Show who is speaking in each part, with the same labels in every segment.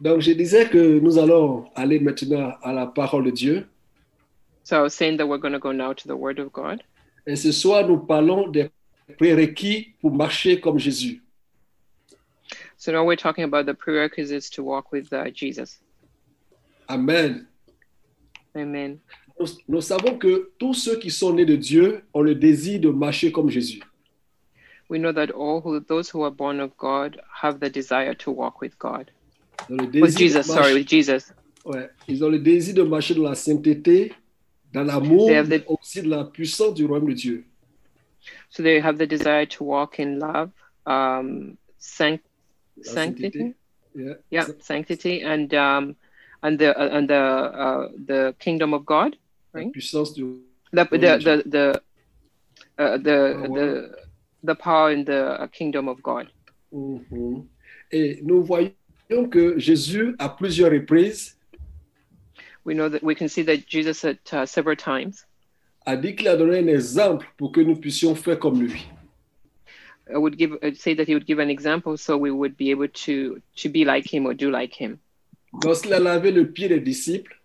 Speaker 1: Donc, je disais que nous allons aller maintenant à la parole de Dieu.
Speaker 2: So I was saying that we're going to go now to the Word of God.
Speaker 1: Et ce soir, nous parlons des prérequis pour marcher comme Jésus.
Speaker 2: So now we're talking about the prerequisites to walk with uh, Jesus.
Speaker 1: Amen.
Speaker 2: Amen.
Speaker 1: Nous, nous savons que tous ceux qui sont nés de Dieu ont le désir de marcher comme Jésus.
Speaker 2: We know that all who, those who are born of God have the desire to walk with God.
Speaker 1: Ils ont le désir
Speaker 2: With Oh, Jesus,
Speaker 1: de marcher-
Speaker 2: sorry, with Jesus.
Speaker 1: ouais, ils ont le désir de marcher dans la sainteté, dans l'amour,
Speaker 2: They have the-
Speaker 1: mais aussi de la puissance du royaume de Dieu.
Speaker 2: So they have the desire to walk in love, um, sanct-
Speaker 1: La
Speaker 2: sanctity,
Speaker 1: sainteté. Yeah.
Speaker 2: yeah,
Speaker 1: Sanct-
Speaker 2: sanctity, and um, and the uh, and the uh, the kingdom of God,
Speaker 1: La
Speaker 2: Right.
Speaker 1: puissance du
Speaker 2: the the
Speaker 1: Religion.
Speaker 2: the the uh, the,
Speaker 1: Power.
Speaker 2: the the power in the uh, kingdom of God.
Speaker 1: Mhm. Et nous voyons que Jésus, à plusieurs reprises,
Speaker 2: We know that we can see that Jesus at uh, several times
Speaker 1: a dit qu'il a donné un exemple pour que nous puissions faire comme lui.
Speaker 2: uh, would give uh, say that he would give an example so we would be able to to be like him or do like him.
Speaker 1: Lorsqu'il a lavé le pied des disciples,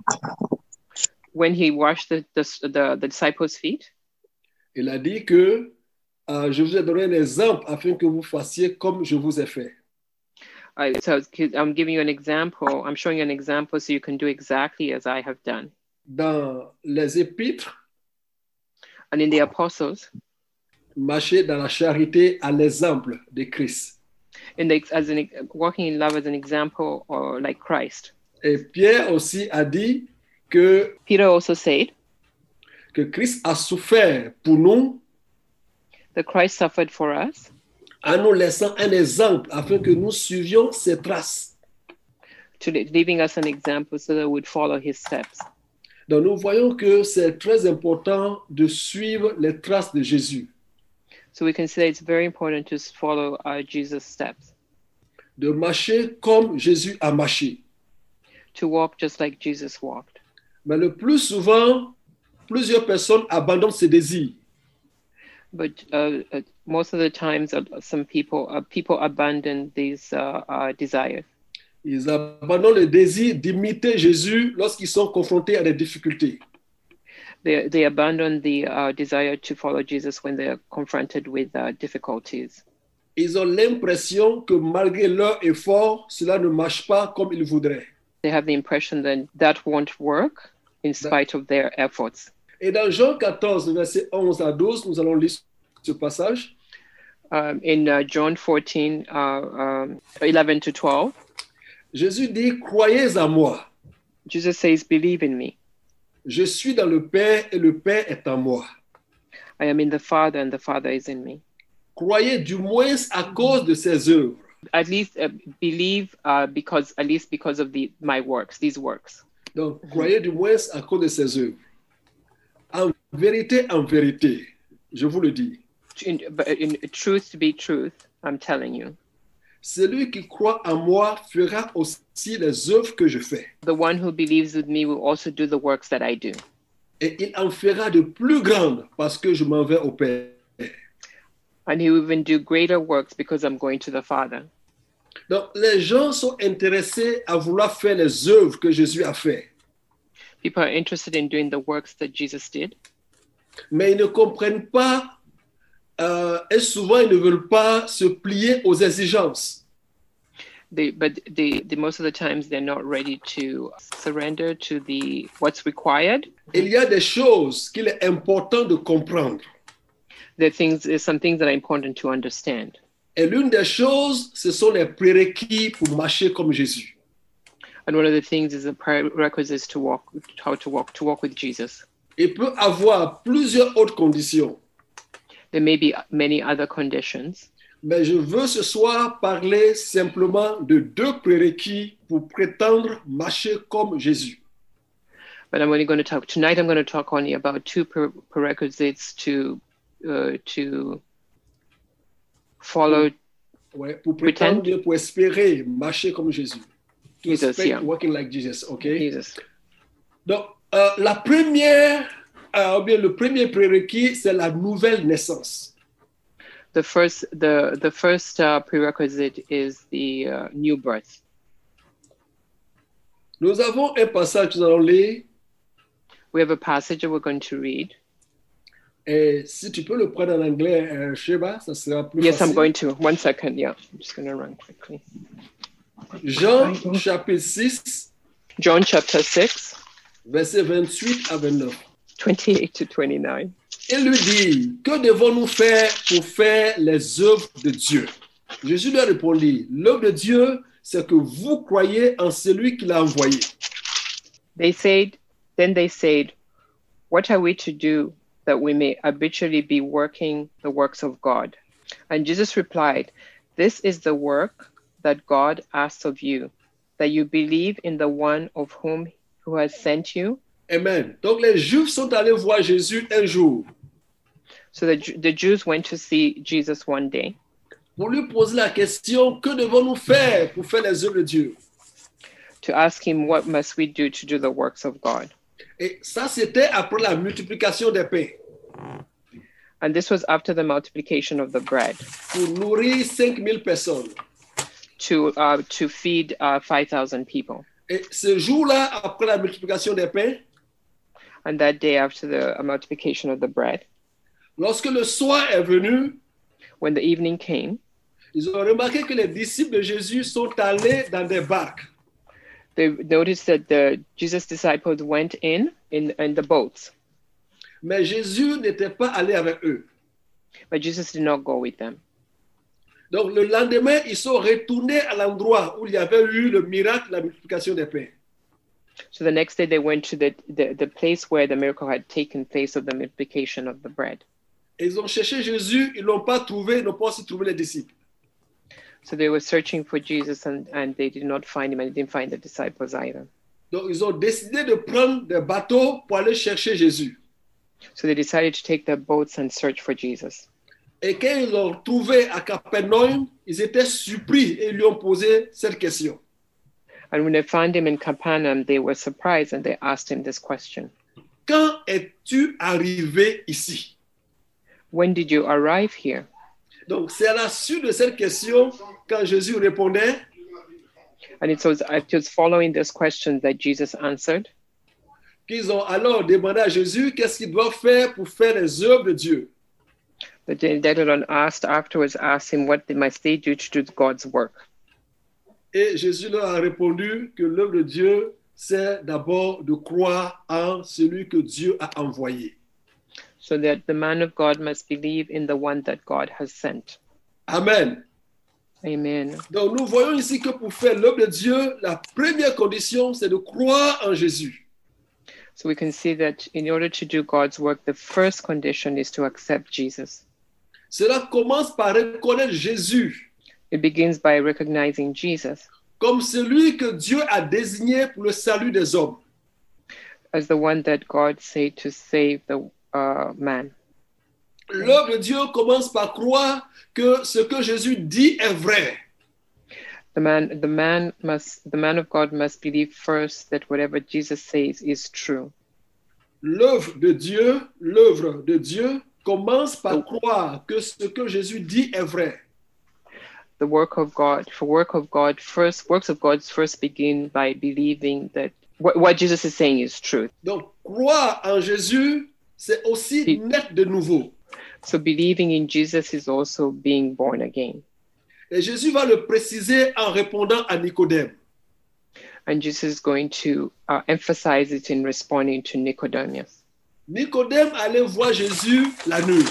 Speaker 2: When he washed the the the, the disciples' feet,
Speaker 1: il a dit que euh, je vous ai donné un exemple afin que vous fassiez comme je vous ai fait.
Speaker 2: I, so I'm giving you an example. I'm showing you an example so you can do exactly as I have done.
Speaker 1: Dans les épîtres,
Speaker 2: And in the apostles,
Speaker 1: marchez dans la charité à l'exemple de Christ.
Speaker 2: in the as an walking in love as an example or like Christ.
Speaker 1: Et Pierre aussi a dit que,
Speaker 2: Peter also said
Speaker 1: que Christ a souffert pour nous
Speaker 2: that Christ suffered for us
Speaker 1: en nous laissant un exemple afin que nous suivions ses traces.
Speaker 2: to leaving us an example so that we'd follow his steps.
Speaker 1: Donc nous voyons que c'est très important de suivre les traces de Jésus,
Speaker 2: So we can say it's very important to follow uh, Jesus' steps,
Speaker 1: de marcher comme Jésus a marché.
Speaker 2: to walk just like Jesus walked.
Speaker 1: Mais le plus souvent, plusieurs personnes abandonnent ces désirs.
Speaker 2: But uh, uh, most of the times, uh, some people uh, people abandon these uh, uh, desires.
Speaker 1: Ils abandonnent le désir d'imiter Jésus lorsqu'ils sont confrontés à des difficultés.
Speaker 2: They, they abandon the uh, desire to follow Jesus when they're confronted with uh, difficulties.
Speaker 1: Ils ont l'impression que malgré leur effort, cela ne marche pas comme ils voudraient.
Speaker 2: They have the impression that that won't work in spite of their efforts.
Speaker 1: Et dans Jean 14, versets 11 à 12, nous allons lire ce passage.
Speaker 2: um, in uh, John 14, uh, um, 11 to 12,
Speaker 1: Jésus dit, croyez à moi,
Speaker 2: Jesus says, Believe in me.
Speaker 1: je suis dans le Père et le Père est en moi.
Speaker 2: I am in the Father, and the Father is in me.
Speaker 1: croyez du moins à cause de ses œuvres.
Speaker 2: At least uh, believe, uh, because at least because of the my works, these works.
Speaker 1: Donc, croyez du moins à cause de ses œuvres. En vérité, en vérité, je vous le dis,
Speaker 2: In, but in truth to be truth, I'm telling you,
Speaker 1: celui qui croit en moi fera aussi les œuvres que je fais.
Speaker 2: the one who believes with me will also do the works that I do,
Speaker 1: Et il en fera de plus grandes parce que je m'en vais au Père.
Speaker 2: and he will even do greater works because I'm going to the Father.
Speaker 1: Donc, les gens sont intéressés à vouloir faire les œuvres que Jésus a fait,
Speaker 2: People are interested in doing the works that Jesus did,
Speaker 1: mais ils ne comprennent pas euh, et souvent ils ne veulent pas se plier aux exigences.
Speaker 2: they, but they, the most of the times they're not ready to surrender to the what's required
Speaker 1: Il y a des choses qu'il est important de comprendre.
Speaker 2: there are things there's some things that are important to understand
Speaker 1: Et l'une des choses, ce sont les prérequis pour marcher comme Jésus.
Speaker 2: and one of the things is the prerequisites to walk how to walk to walk with jesus
Speaker 1: Il peut avoir plusieurs autres conditions,
Speaker 2: there may be many other conditions
Speaker 1: mais je veux ce soir parler simplement de deux prérequis pour prétendre marcher comme Jésus.
Speaker 2: but i'm only going to talk tonight i'm going to talk only about two pre- prerequisites to uh, to follow
Speaker 1: Ouais, pour prétendre, bien, pour espérer marcher comme Jésus. To
Speaker 2: Jesus,
Speaker 1: expect
Speaker 2: yeah.
Speaker 1: walking like Jesus, ok?
Speaker 2: jesus
Speaker 1: Donc, euh, la première, euh, ou bien le premier prérequis, c'est la nouvelle naissance.
Speaker 2: the first the the first uh, prerequisite is the uh, new birth
Speaker 1: Nous avons un passage que nous allons lire
Speaker 2: We have a passage that we're going to read.
Speaker 1: et si tu peux le prendre en anglais, euh, Sheba, ça sera plus
Speaker 2: Yes, I'm
Speaker 1: facile.
Speaker 2: going to. One second. Yeah, I'm just going to run quickly.
Speaker 1: Jean chapitre 6,
Speaker 2: John chapter 6,
Speaker 1: versets 28 à 29.
Speaker 2: 28 to 29.
Speaker 1: Il lui dit, que devons-nous faire pour faire les œuvres de Dieu Jésus lui répondit, l'œuvre de Dieu, c'est que vous croyez en celui qui l'a envoyé.
Speaker 2: They said, then they said, What are we to do that we may habitually be working the works of God? And Jesus replied, This is the work that God asks of you, that you believe in the one of whom who has sent you.
Speaker 1: Amen. Donc les Juifs sont allés voir Jésus un jour
Speaker 2: So the, Ju- the Jews went to see Jesus one day
Speaker 1: pour lui poser la question, que devons-nous faire pour faire les œuvres de Dieu
Speaker 2: to ask him, What must we do to do the works of God?
Speaker 1: Et ça, c'était après la multiplication des pains
Speaker 2: And this was after the multiplication of the bread
Speaker 1: pour nourrir 5000 personnes.
Speaker 2: to, uh, to feed uh, 5,000 people.
Speaker 1: Et ce jour-là, après la multiplication des pains,
Speaker 2: And that day after the uh, multiplication of the bread,
Speaker 1: lorsque le soir est venu,
Speaker 2: when the evening came,
Speaker 1: ils ont remarqué que les disciples de Jésus sont allés dans des barques.
Speaker 2: they noticed that the Jesus disciples went in in, in the boats,
Speaker 1: Mais Jésus n'était pas allé avec eux.
Speaker 2: but Jesus did not go with them.
Speaker 1: Donc le lendemain, ils sont retournés à l'endroit où il y avait eu le miracle de la multiplication des pains.
Speaker 2: So the next day they went to the, the, the place where the miracle had taken place of the multiplication of the bread.
Speaker 1: Et Ils ont cherché Jésus, ils ne l'ont pas trouvé, ils n'ont pas aussi trouvé les disciples.
Speaker 2: So they were searching for Jesus and, and they did not find him and they didn't find the disciples either.
Speaker 1: Donc ils ont décidé de prendre des bateaux pour aller chercher Jésus.
Speaker 2: So they decided to take their boats and search for Jesus.
Speaker 1: Et quand ils l'ont trouvé à Capernaum, ils étaient surpris et ils lui ont posé cette question.
Speaker 2: And when they found him in Capernaum, they were surprised and they asked him this question
Speaker 1: Quand es-tu arrivé ici?
Speaker 2: When did you arrive here?
Speaker 1: Donc c'est à la suite de cette question quand Jésus répondait,
Speaker 2: And it was, it was following this question that Jesus answered.
Speaker 1: qu'ils ont alors demandé à Jésus qu'est-ce qu'il doit faire pour faire les œuvres de Dieu.
Speaker 2: The Daedalon asked afterwards, asked him what they must they do to do God's work.
Speaker 1: Et Jésus leur a répondu que l'œuvre de Dieu, c'est d'abord de croire en celui que Dieu a envoyé.
Speaker 2: So that the man of God must believe in the one that God has sent.
Speaker 1: Amen.
Speaker 2: Amen.
Speaker 1: Donc nous voyons ici que pour faire l'œuvre de Dieu, la première condition, c'est de croire en Jésus.
Speaker 2: So we can see that in order to do God's work, the first condition is to accept Jesus.
Speaker 1: Cela commence par reconnaître Jésus
Speaker 2: It begins by recognizing Jesus
Speaker 1: comme celui que Dieu a désigné pour le salut des hommes.
Speaker 2: as the one that God said to save the uh, man.
Speaker 1: L'œuvre de Dieu commence par croire que ce que Jésus dit est vrai.
Speaker 2: The man, the man must, the man of God must believe first that whatever Jesus says is true.
Speaker 1: L'œuvre de Dieu, l'œuvre de Dieu commence par croire que ce que Jésus dit est vrai.
Speaker 2: the work of God, for work of God first, works of God first begin by believing that what, what Jesus is saying is truth.
Speaker 1: Donc, croire en Jésus, c'est aussi
Speaker 2: Oui.
Speaker 1: naître de nouveau.
Speaker 2: So believing in Jesus is also being born again.
Speaker 1: Et Jésus va le préciser en répondant à Nicodème.
Speaker 2: And Jesus is going to uh, emphasize it in responding to Nicodemus.
Speaker 1: Nicodème allait voir Jésus la nuit.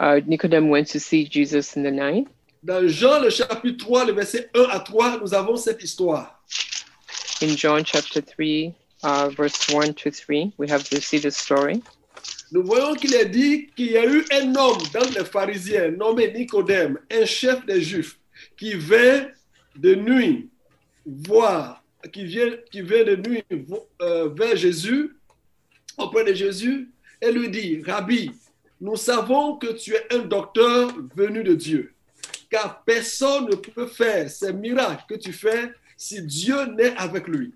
Speaker 2: Uh, Nicodemus went to see Jesus in the night.
Speaker 1: Dans Jean le chapitre 3, le verset 1 à 3, nous avons cette histoire.
Speaker 2: In John chapter 3, uh, verse 1 to 3, we have to see this story.
Speaker 1: Nous voyons qu'il est dit qu'il y a eu un homme dans les pharisiens nommé Nicodème, un chef des Juifs, qui vint de nuit voir, qui vient, qui vient de nuit vo- euh, vers Jésus, auprès de Jésus, et lui dit, Rabbi, nous savons que tu es un docteur venu de Dieu, car personne ne peut faire ces miracles que tu fais si Dieu n'est avec lui.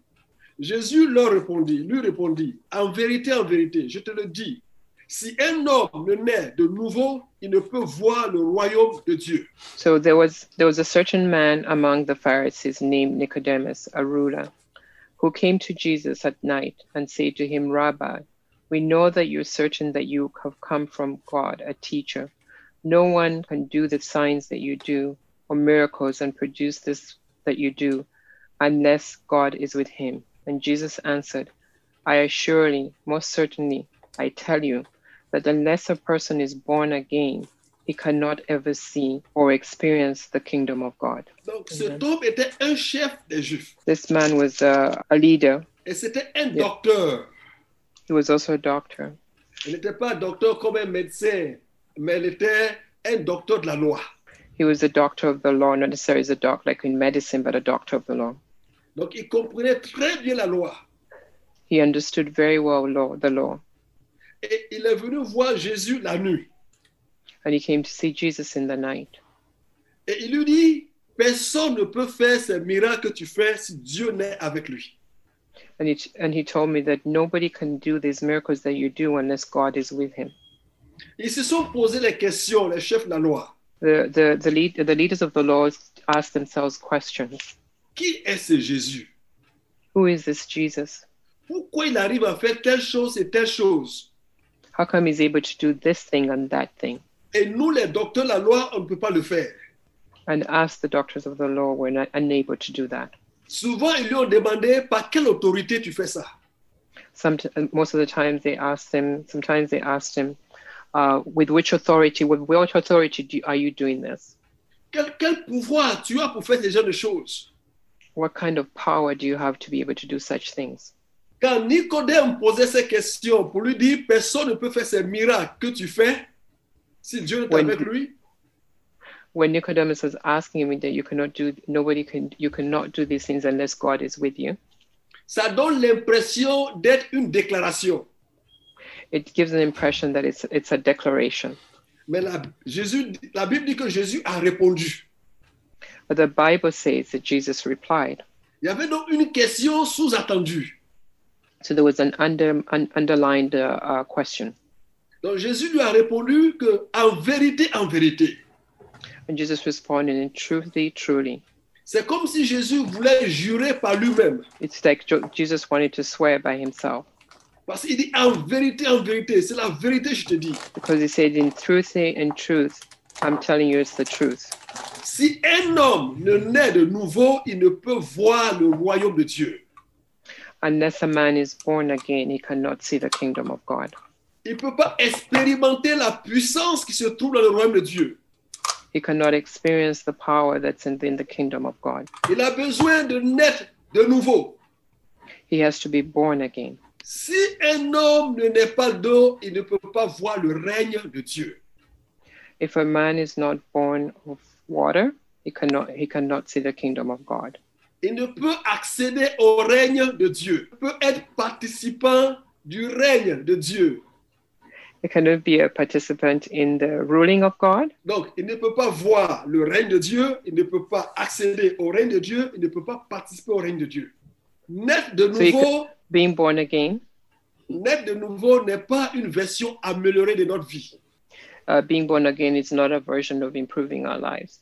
Speaker 1: Jésus leur répondit, lui répondit, en vérité, en vérité, je te le dis, si un homme ne naît de nouveau, il ne peut voir le royaume de Dieu.
Speaker 2: So there was there was a certain man among the Pharisees named Nicodemus, a ruler who came to Jesus at night and said to him, Rabbi, we know that you're certain that you have come from God, a teacher. No one can do the signs that you do or miracles and produce this that you do unless God is with him. And Jesus answered, I assuredly, most certainly, I tell you that unless a person is born again, he cannot ever see or experience the kingdom of God.
Speaker 1: Donc, cet homme était un chef des Juifs
Speaker 2: This man was uh, a leader.
Speaker 1: et c'était un docteur.
Speaker 2: He was also a doctor.
Speaker 1: Il n'était pas docteur comme un médecin, mais il était un docteur de la loi.
Speaker 2: He was a doctor of the law, not necessarily as a doc like in medicine, but a doctor of the law.
Speaker 1: Donc, il comprenait très bien la loi.
Speaker 2: He understood very well law, the law,
Speaker 1: Et il est venu voir Jésus la nuit.
Speaker 2: and he came to see Jesus in the night.
Speaker 1: Et il lui dit, personne ne peut faire ces miracles que tu fais si Dieu n'est avec lui.
Speaker 2: And he, and he told me that nobody can do these miracles that you do unless God is with him.
Speaker 1: Ils se sont posés les questions, les chefs de la loi.
Speaker 2: The, the, the, lead, the leaders of the laws asked themselves questions
Speaker 1: Qui est ce Jésus
Speaker 2: Who is this Jesus?
Speaker 1: Pourquoi il arrive à faire telle chose et telle chose
Speaker 2: How come he's able to do this thing and that thing?
Speaker 1: Et nous, les docteurs de la loi, on ne peut pas le faire.
Speaker 2: And us, the doctors of the law, were not, unable to do that.
Speaker 1: Souvent, ils lui ont demandé par quelle autorité tu fais ça.
Speaker 2: Some, most of the times they asked him, sometimes they asked him, uh, with which authority, with what authority do, are you doing this?
Speaker 1: Quel, quel pouvoir tu as pour faire ce genre de choses
Speaker 2: What kind of power do you have to be able to do such things?
Speaker 1: Quand Nicodème posait ces questions pour lui dire personne ne peut faire ces miracles que tu fais si Dieu n'est
Speaker 2: Ouais.
Speaker 1: avec lui,
Speaker 2: When Nicodemus was asking him that you cannot do, nobody can, you cannot do these things unless God is with you.
Speaker 1: ça donne l'impression d'être une déclaration.
Speaker 2: It gives an impression that it's, it's a declaration.
Speaker 1: Mais la, Jésus, la Bible dit que Jésus a répondu.
Speaker 2: But the Bible says that Jesus replied.
Speaker 1: Il y avait donc une question sous-attendue.
Speaker 2: So there was an, under, an underlined uh, uh, question.
Speaker 1: Donc Jésus lui a répondu que en vérité, en vérité.
Speaker 2: And Jesus responded in truly, truly.
Speaker 1: C'est comme si Jésus voulait jurer par lui-même.
Speaker 2: It's like Jo- Jesus wanted to swear by himself
Speaker 1: Parce qu'il dit en vérité, en vérité. C'est la vérité, je te dis.
Speaker 2: because he said, In truth, eh, in truth, I'm telling you it's the truth.
Speaker 1: Si un homme ne naît de nouveau, il ne peut voir le royaume de Dieu.
Speaker 2: Unless a man is born again, he cannot see the kingdom of God.
Speaker 1: Il ne peut pas expérimenter la puissance qui se trouve dans le royaume de Dieu.
Speaker 2: He cannot experience the power that's in, in the kingdom of God.
Speaker 1: Il a besoin de naître de nouveau.
Speaker 2: He has to be born again.
Speaker 1: Si un homme ne naît pas d'eau, il ne peut pas voir le règne de Dieu.
Speaker 2: If a man is not born of water, he cannot, he cannot see the kingdom of God.
Speaker 1: Il ne peut accéder au règne de Dieu. Il peut être participant du règne de Dieu.
Speaker 2: He cannot be a participant in the ruling of God.
Speaker 1: Donc, il ne peut pas voir le règne de Dieu, il ne peut pas accéder au règne de Dieu, il ne peut pas participer au règne de Dieu. Naître de
Speaker 2: C'est que-
Speaker 1: nouveau,
Speaker 2: Being born again,
Speaker 1: naître de nouveau n'est pas une version améliorée de notre vie.
Speaker 2: uh, being born again is not a version of improving our lives.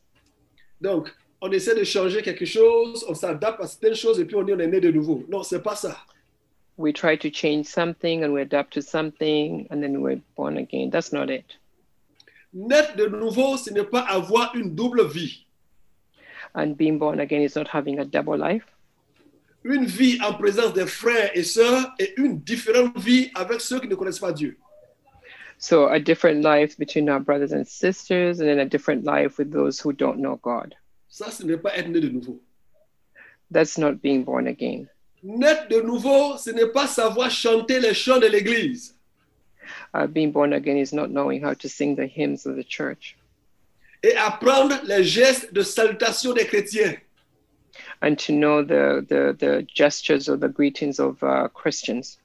Speaker 1: Donc, on essaie de changer quelque chose, on s'adapte à certaines choses et puis on dit on est né de nouveau. Non, c'est pas ça.
Speaker 2: We try to change something and we adapt to something and then we're born again. That's not it.
Speaker 1: Naître de nouveau, ce n'est pas avoir une double vie,
Speaker 2: And being born again is not having a double life,
Speaker 1: une vie en présence des frères et sœurs et une différente vie avec ceux qui ne connaissent pas Dieu.
Speaker 2: so a different life between our brothers and sisters, and then a different life with those who don't know God.
Speaker 1: Ça, ce n'est pas être né de nouveau.
Speaker 2: That's not being born again.
Speaker 1: Naître de nouveau, ce n'est pas savoir chanter les chants de l'Église.
Speaker 2: Uh, being born again is not knowing how to sing the hymns of the church
Speaker 1: et apprendre les gestes de salutation des chrétiens.
Speaker 2: and to know the, the, the gestures or the greetings of uh, Christians,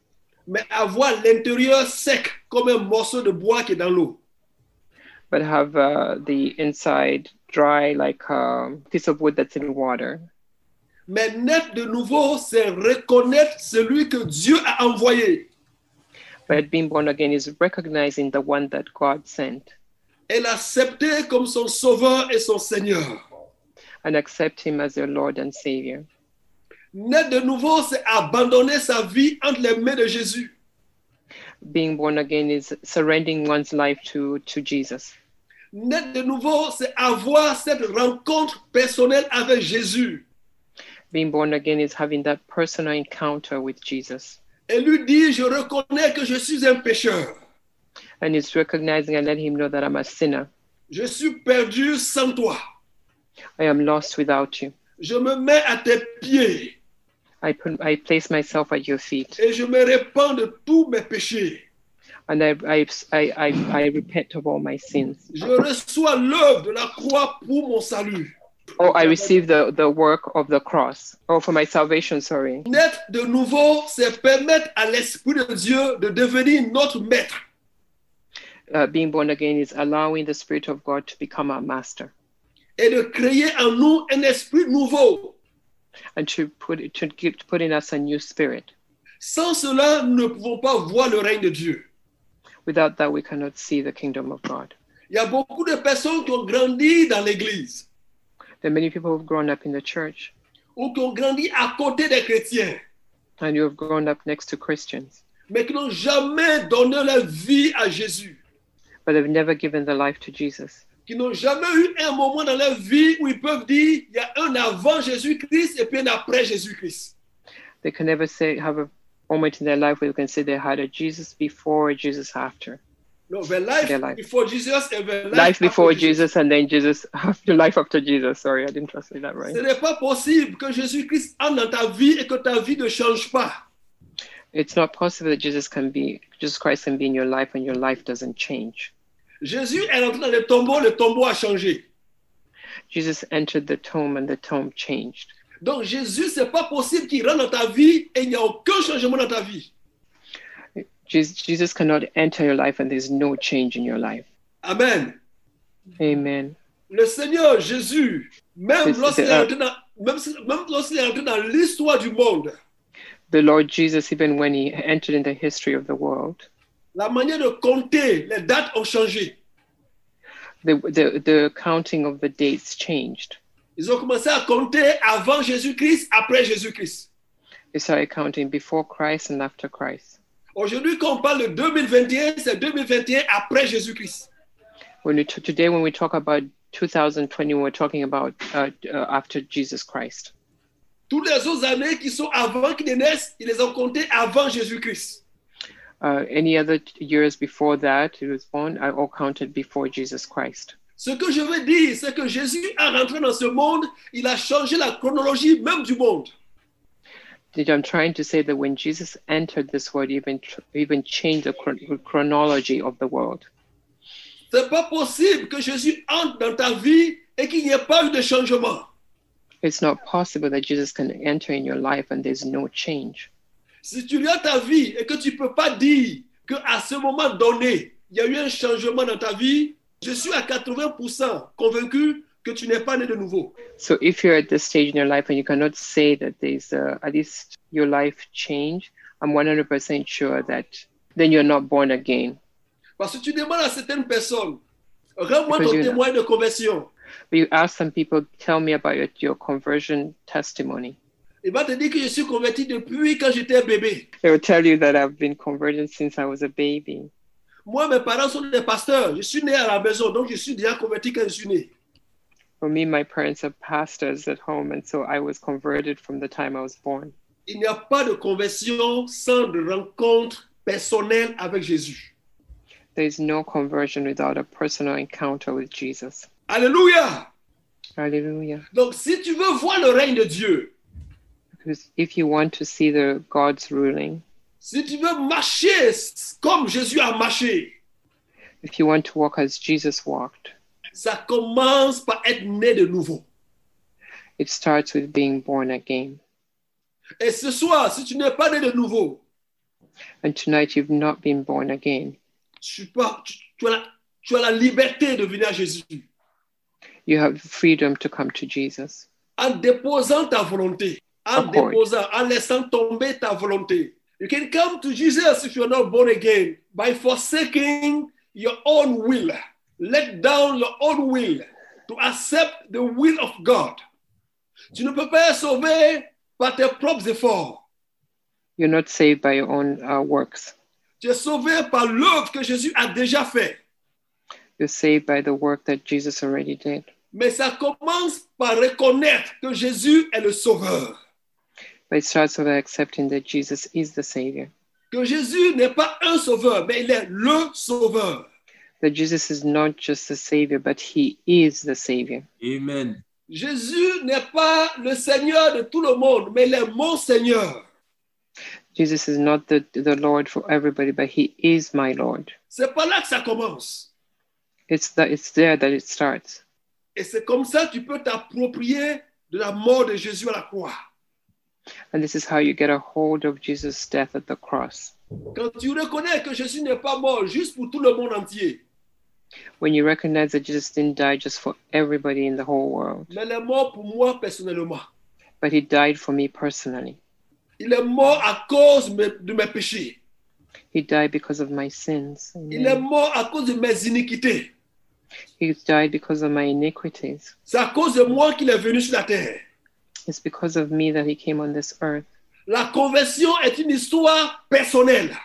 Speaker 1: Mais avoir l'intérieur sec comme un morceau de bois qui est dans l'eau.
Speaker 2: but have uh, the inside dry like a piece of wood that's in water.
Speaker 1: Mais naître de nouveau, c'est reconnaître celui que Dieu a envoyé.
Speaker 2: But being born again is recognizing the one that God sent
Speaker 1: et l'accepter comme son sauveur et son Seigneur.
Speaker 2: and accept him as your Lord and Savior.
Speaker 1: Naître de nouveau, c'est abandonner sa vie entre les mains de Jésus.
Speaker 2: Being born again is surrendering one's life to, to Jesus.
Speaker 1: Naître de nouveau, c'est avoir cette rencontre personnelle avec Jésus
Speaker 2: Being born again is having that personal encounter with Jesus.
Speaker 1: et lui dire, je reconnais que je suis un pécheur.
Speaker 2: And it's recognizing and letting him know that I'm a sinner.
Speaker 1: Je suis perdu sans toi.
Speaker 2: I am lost without you.
Speaker 1: Je me mets à tes pieds
Speaker 2: I, put, I place myself at your feet
Speaker 1: et je me répands de tous mes péchés.
Speaker 2: and I, I, I, I, I repent of all my sins.
Speaker 1: Je reçois l'œuvre de la croix pour mon salut.
Speaker 2: Oh, I receive the, the work of the cross. Oh, for my salvation, sorry.
Speaker 1: Naître de nouveau, c'est permettre à l'Esprit de Dieu de devenir notre maître.
Speaker 2: Uh, being born again is allowing the Spirit of God to become our master
Speaker 1: et de créer en nous un esprit nouveau.
Speaker 2: and to put, to, give, to put in us a new spirit.
Speaker 1: Sans cela, nous ne pouvons pas voir le règne de Dieu.
Speaker 2: Without that, we cannot see the kingdom of God.
Speaker 1: Il y a beaucoup de personnes qui ont grandi dans l'Église
Speaker 2: There are many people who've grown up in the church
Speaker 1: ou qui ont grandi à côté des chrétiens,
Speaker 2: and you have grown up next to Christians,
Speaker 1: mais qui n'ont jamais donné leur vie à Jésus,
Speaker 2: but they've never given their life to Jesus.
Speaker 1: qui n'ont jamais eu un moment dans leur vie où ils peuvent dire il y a un avant Jésus-Christ et puis un après Jésus-Christ.
Speaker 2: They can never say have a moment in their life where they can say they had a Jesus before, a Jesus after.
Speaker 1: Non, the life,
Speaker 2: Their life.
Speaker 1: before Jesus et the life,
Speaker 2: Life
Speaker 1: after
Speaker 2: before
Speaker 1: Jesus.
Speaker 2: Jesus and then Jesus after life after Jesus. Sorry, I didn't translate that right.
Speaker 1: Ce n'est pas possible que Jésus-Christ entre dans ta vie et que ta vie ne change pas.
Speaker 2: It's not possible that Jesus can be Jesus Christ can be in your life and your life doesn't change.
Speaker 1: Jésus est rentré dans le tombeau, le tombeau a changé.
Speaker 2: Jesus entered the tomb and the tomb changed.
Speaker 1: Donc Jésus, c'est pas possible qu'il rentre dans ta vie et il n'y a aucun changement dans ta vie.
Speaker 2: Jesus, Jesus cannot enter your life and there's no change in your life.
Speaker 1: Amen.
Speaker 2: Amen.
Speaker 1: Le Seigneur Jésus, même
Speaker 2: C'est-
Speaker 1: lorsqu'il
Speaker 2: c'est
Speaker 1: est
Speaker 2: un-
Speaker 1: rentré dans, même si- même lorsqu'il est rentré dans l'histoire du monde,
Speaker 2: The Lord Jesus, even when he entered in the history of the world,
Speaker 1: la manière de compter, les dates ont changé.
Speaker 2: the, the, the counting of the dates changed.
Speaker 1: Ils ont commencé à compter avant Jésus-Christ, après Jésus-Christ.
Speaker 2: They started counting before Christ and after Christ.
Speaker 1: Aujourd'hui, quand on parle de 2021, c'est 2021 après Jésus-Christ.
Speaker 2: When we t- today, when we talk about 2020, we're talking about uh, uh, after Jesus Christ.
Speaker 1: Toutes les autres années qui sont avant qu'ils ne naissent, ils les ont comptées avant Jésus-Christ.
Speaker 2: Uh, any other t- years before that, he was born, are all counted before Jesus Christ.
Speaker 1: Ce que je veux dire, c'est que Jésus a rentré dans ce monde, il a changé la chronologie même du monde.
Speaker 2: Did- I'm trying to say that when Jesus entered this world, he even tr- even changed the chron- chronology of the world.
Speaker 1: C'est pas possible que Jésus entre dans ta vie et qu'il n'y ait pas eu de changement.
Speaker 2: It's not possible that Jesus can enter in your life and there's no change.
Speaker 1: Si tu regardes ta vie et que tu peux pas dire que à ce moment donné, il y a eu un changement dans ta vie, je suis à 80% convaincu que tu n'es pas né de nouveau.
Speaker 2: So if you're at this stage in your life and you cannot say that there's uh, at least your life change, I'm 100% sure that then you're not born again.
Speaker 1: Parce que tu demandes à certaines personnes, rends-moi
Speaker 2: Écoute,
Speaker 1: ton
Speaker 2: Dieu, là.
Speaker 1: témoin de conversion.
Speaker 2: But you ask some people, tell me about your, your conversion testimony.
Speaker 1: Il va te dire que je suis converti depuis quand j'étais bébé.
Speaker 2: They will tell you that I've been converted since I was a baby.
Speaker 1: Moi, mes parents sont des pasteurs. Je suis né à la maison, donc je suis déjà converti quand je suis né.
Speaker 2: For me, my parents are pastors at home, and so I was converted from the time I was born.
Speaker 1: Il n'y a pas de conversion sans de rencontre personnelle avec Jésus.
Speaker 2: There's no conversion without a personal encounter with Jesus.
Speaker 1: Alléluia.
Speaker 2: Hallelujah.
Speaker 1: Donc, si tu veux voir le règne de Dieu,
Speaker 2: Because if you want to see the God's ruling,
Speaker 1: si tu veux marcher comme Jésus a marché,
Speaker 2: if you want to walk as Jesus walked,
Speaker 1: ça commence par être né de nouveau.
Speaker 2: it starts with being born again.
Speaker 1: Et ce soir, si tu n'es pas né de nouveau,
Speaker 2: And tonight you've not been born again.
Speaker 1: tu, peux- tu- tu as, la, tu as la liberté de venir à Jésus
Speaker 2: You have freedom to come to Jesus
Speaker 1: en déposant ta volonté, en
Speaker 2: Of course.
Speaker 1: déposant, en laissant tomber ta volonté. You can come to Jesus if you're not born again by forsaking your own will. Let down your own will to accept the will of God. Tu ne peux pas être sauvé par tes propres efforts.
Speaker 2: You're not saved by your own uh, works.
Speaker 1: Tu es sauvé par l'œuvre que Jésus a déjà faite.
Speaker 2: You're saved by the work that Jesus already did.
Speaker 1: Mais ça commence par reconnaître que Jésus est le Sauveur,
Speaker 2: But it starts with accepting that Jesus is the Savior,
Speaker 1: que Jésus n'est pas un Sauveur, mais il est le Sauveur.
Speaker 2: that Jesus is not just the Savior, but He is the Savior.
Speaker 3: Amen.
Speaker 1: Jésus n'est pas le Seigneur de tout le monde, mais il est mon Seigneur.
Speaker 2: Jesus is not the, the Lord for everybody, but He is my Lord.
Speaker 1: C'est par là que ça commence.
Speaker 2: It's, that, it's there that it starts.
Speaker 1: Et c'est comme ça que tu peux t'approprier de la mort de Jésus à la croix.
Speaker 2: And this is how you get a hold of Jesus' death at the cross.
Speaker 1: Quand tu reconnais que Jésus n'est pas mort juste pour tout le monde entier,
Speaker 2: When you recognize that Jesus didn't die just for everybody in the whole world,
Speaker 1: mais il est mort pour moi personnellement.
Speaker 2: but He died for me personally.
Speaker 1: Il est mort à cause me- de mes péchés.
Speaker 2: He died because of my sins.
Speaker 1: Il est mort à cause de mes iniquités.
Speaker 2: He died because of my iniquities.
Speaker 1: C'est à cause de moi qu'il est venu sur la terre.
Speaker 2: It's because of me that He came on this earth.
Speaker 1: La conversion est une histoire personnelle.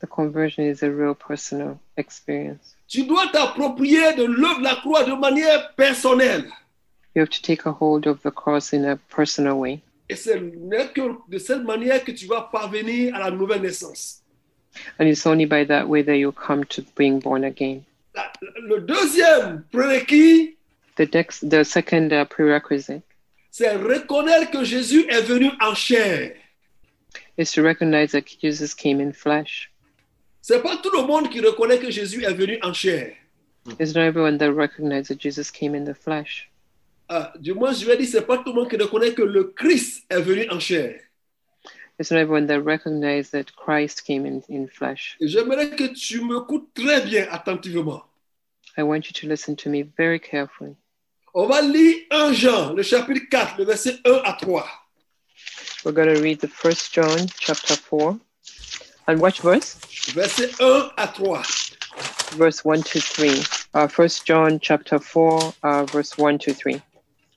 Speaker 2: The conversion is a real personal experience.
Speaker 1: Tu dois t'approprier de l'œuvre de la croix de manière personnelle.
Speaker 2: You have to take a hold of the cross in a personal way.
Speaker 1: Et ce n'est que de cette manière que tu vas parvenir à la nouvelle naissance.
Speaker 2: And it's only by that way that you'll come to being born again.
Speaker 1: La- le deuxième prérequis,
Speaker 2: The, next, the second uh, prerequisite
Speaker 1: c'est reconnaître que Jésus est venu en chair.
Speaker 2: is to recognize that Jesus came in flesh.
Speaker 1: C'est pas tout le monde qui reconnaît que Jésus est venu en chair.
Speaker 2: It's not everyone that recognizes that Jesus came in the flesh.
Speaker 1: Ah, du moins, je vais dire, c'est pas tout le monde qui reconnaît que le Christ est venu en chair.
Speaker 2: It's not everyone that recognizes that Christ came in, in flesh.
Speaker 1: Et J'aimerais que tu m'écoutes très bien attentivement.
Speaker 2: I want you to listen to me very carefully.
Speaker 1: On va lire 1 Jean, le chapitre 4, le verset 1 à 3.
Speaker 2: We're going to read the first John chapter 4. And what verse?
Speaker 1: Verset 1 à 3.
Speaker 2: verse 1 to 3. Uh, 1 John chapter 4, uh, verse 1 to 3.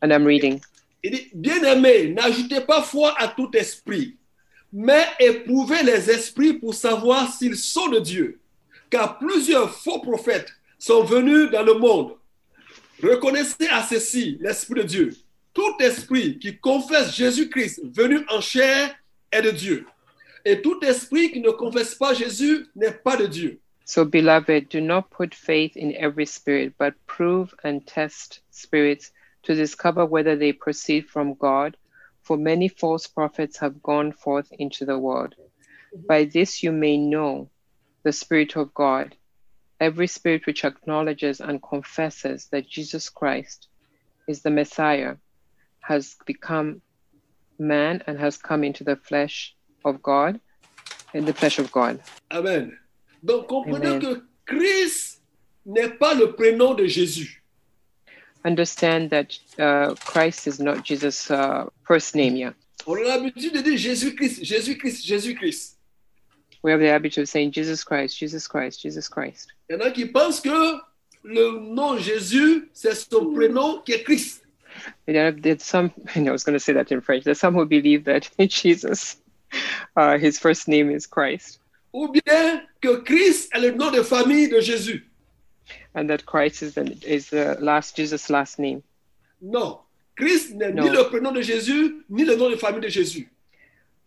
Speaker 2: And I'm reading.
Speaker 1: Il dit, bien-aimés, n'ajoutez pas foi à tout esprit, mais éprouvez les esprits pour savoir s'ils sont de Dieu, car plusieurs faux prophètes sont venus dans le monde. Reconnaissez à ceci l'Esprit de Dieu. Tout esprit qui confesse Jésus-Christ venu en chair est de Dieu. Et tout esprit qui ne confesse pas Jésus n'est pas de Dieu.
Speaker 2: So, beloved, do not put faith in every spirit, but prove and test spirits to discover whether they proceed from God. For many false prophets have gone forth into the world. By this you may know the Spirit of God. Every spirit which acknowledges and confesses that Jesus Christ is the Messiah has become man and has come into the flesh of God, in the flesh of God.
Speaker 1: Amen. Donc comprenez
Speaker 2: Amen.
Speaker 1: que Christ n'est pas le prénom de Jésus.
Speaker 2: understand that uh, Christ is not Jesus' uh, first name. Yeah,
Speaker 1: On a l'habitude de dire Jésus-Christ, Jésus-Christ, Jésus-Christ.
Speaker 2: we have the habit of saying Jesus Christ, Jesus Christ, Jesus Christ.
Speaker 1: Il y en a qui pensent que le nom Jésus, c'est son prénom qui est Christ.
Speaker 2: And there- there's some, and I was going to say that in French. There's some who believe that Jesus, uh, his first name is Christ,
Speaker 1: Ou bien que Christ est le nom de famille de Jésus.
Speaker 2: and that Christ is the, is the last Jesus' last name.
Speaker 1: Non. Christ n'est ni
Speaker 2: Non.
Speaker 1: le prénom de Jésus, ni le nom de famille de Jésus.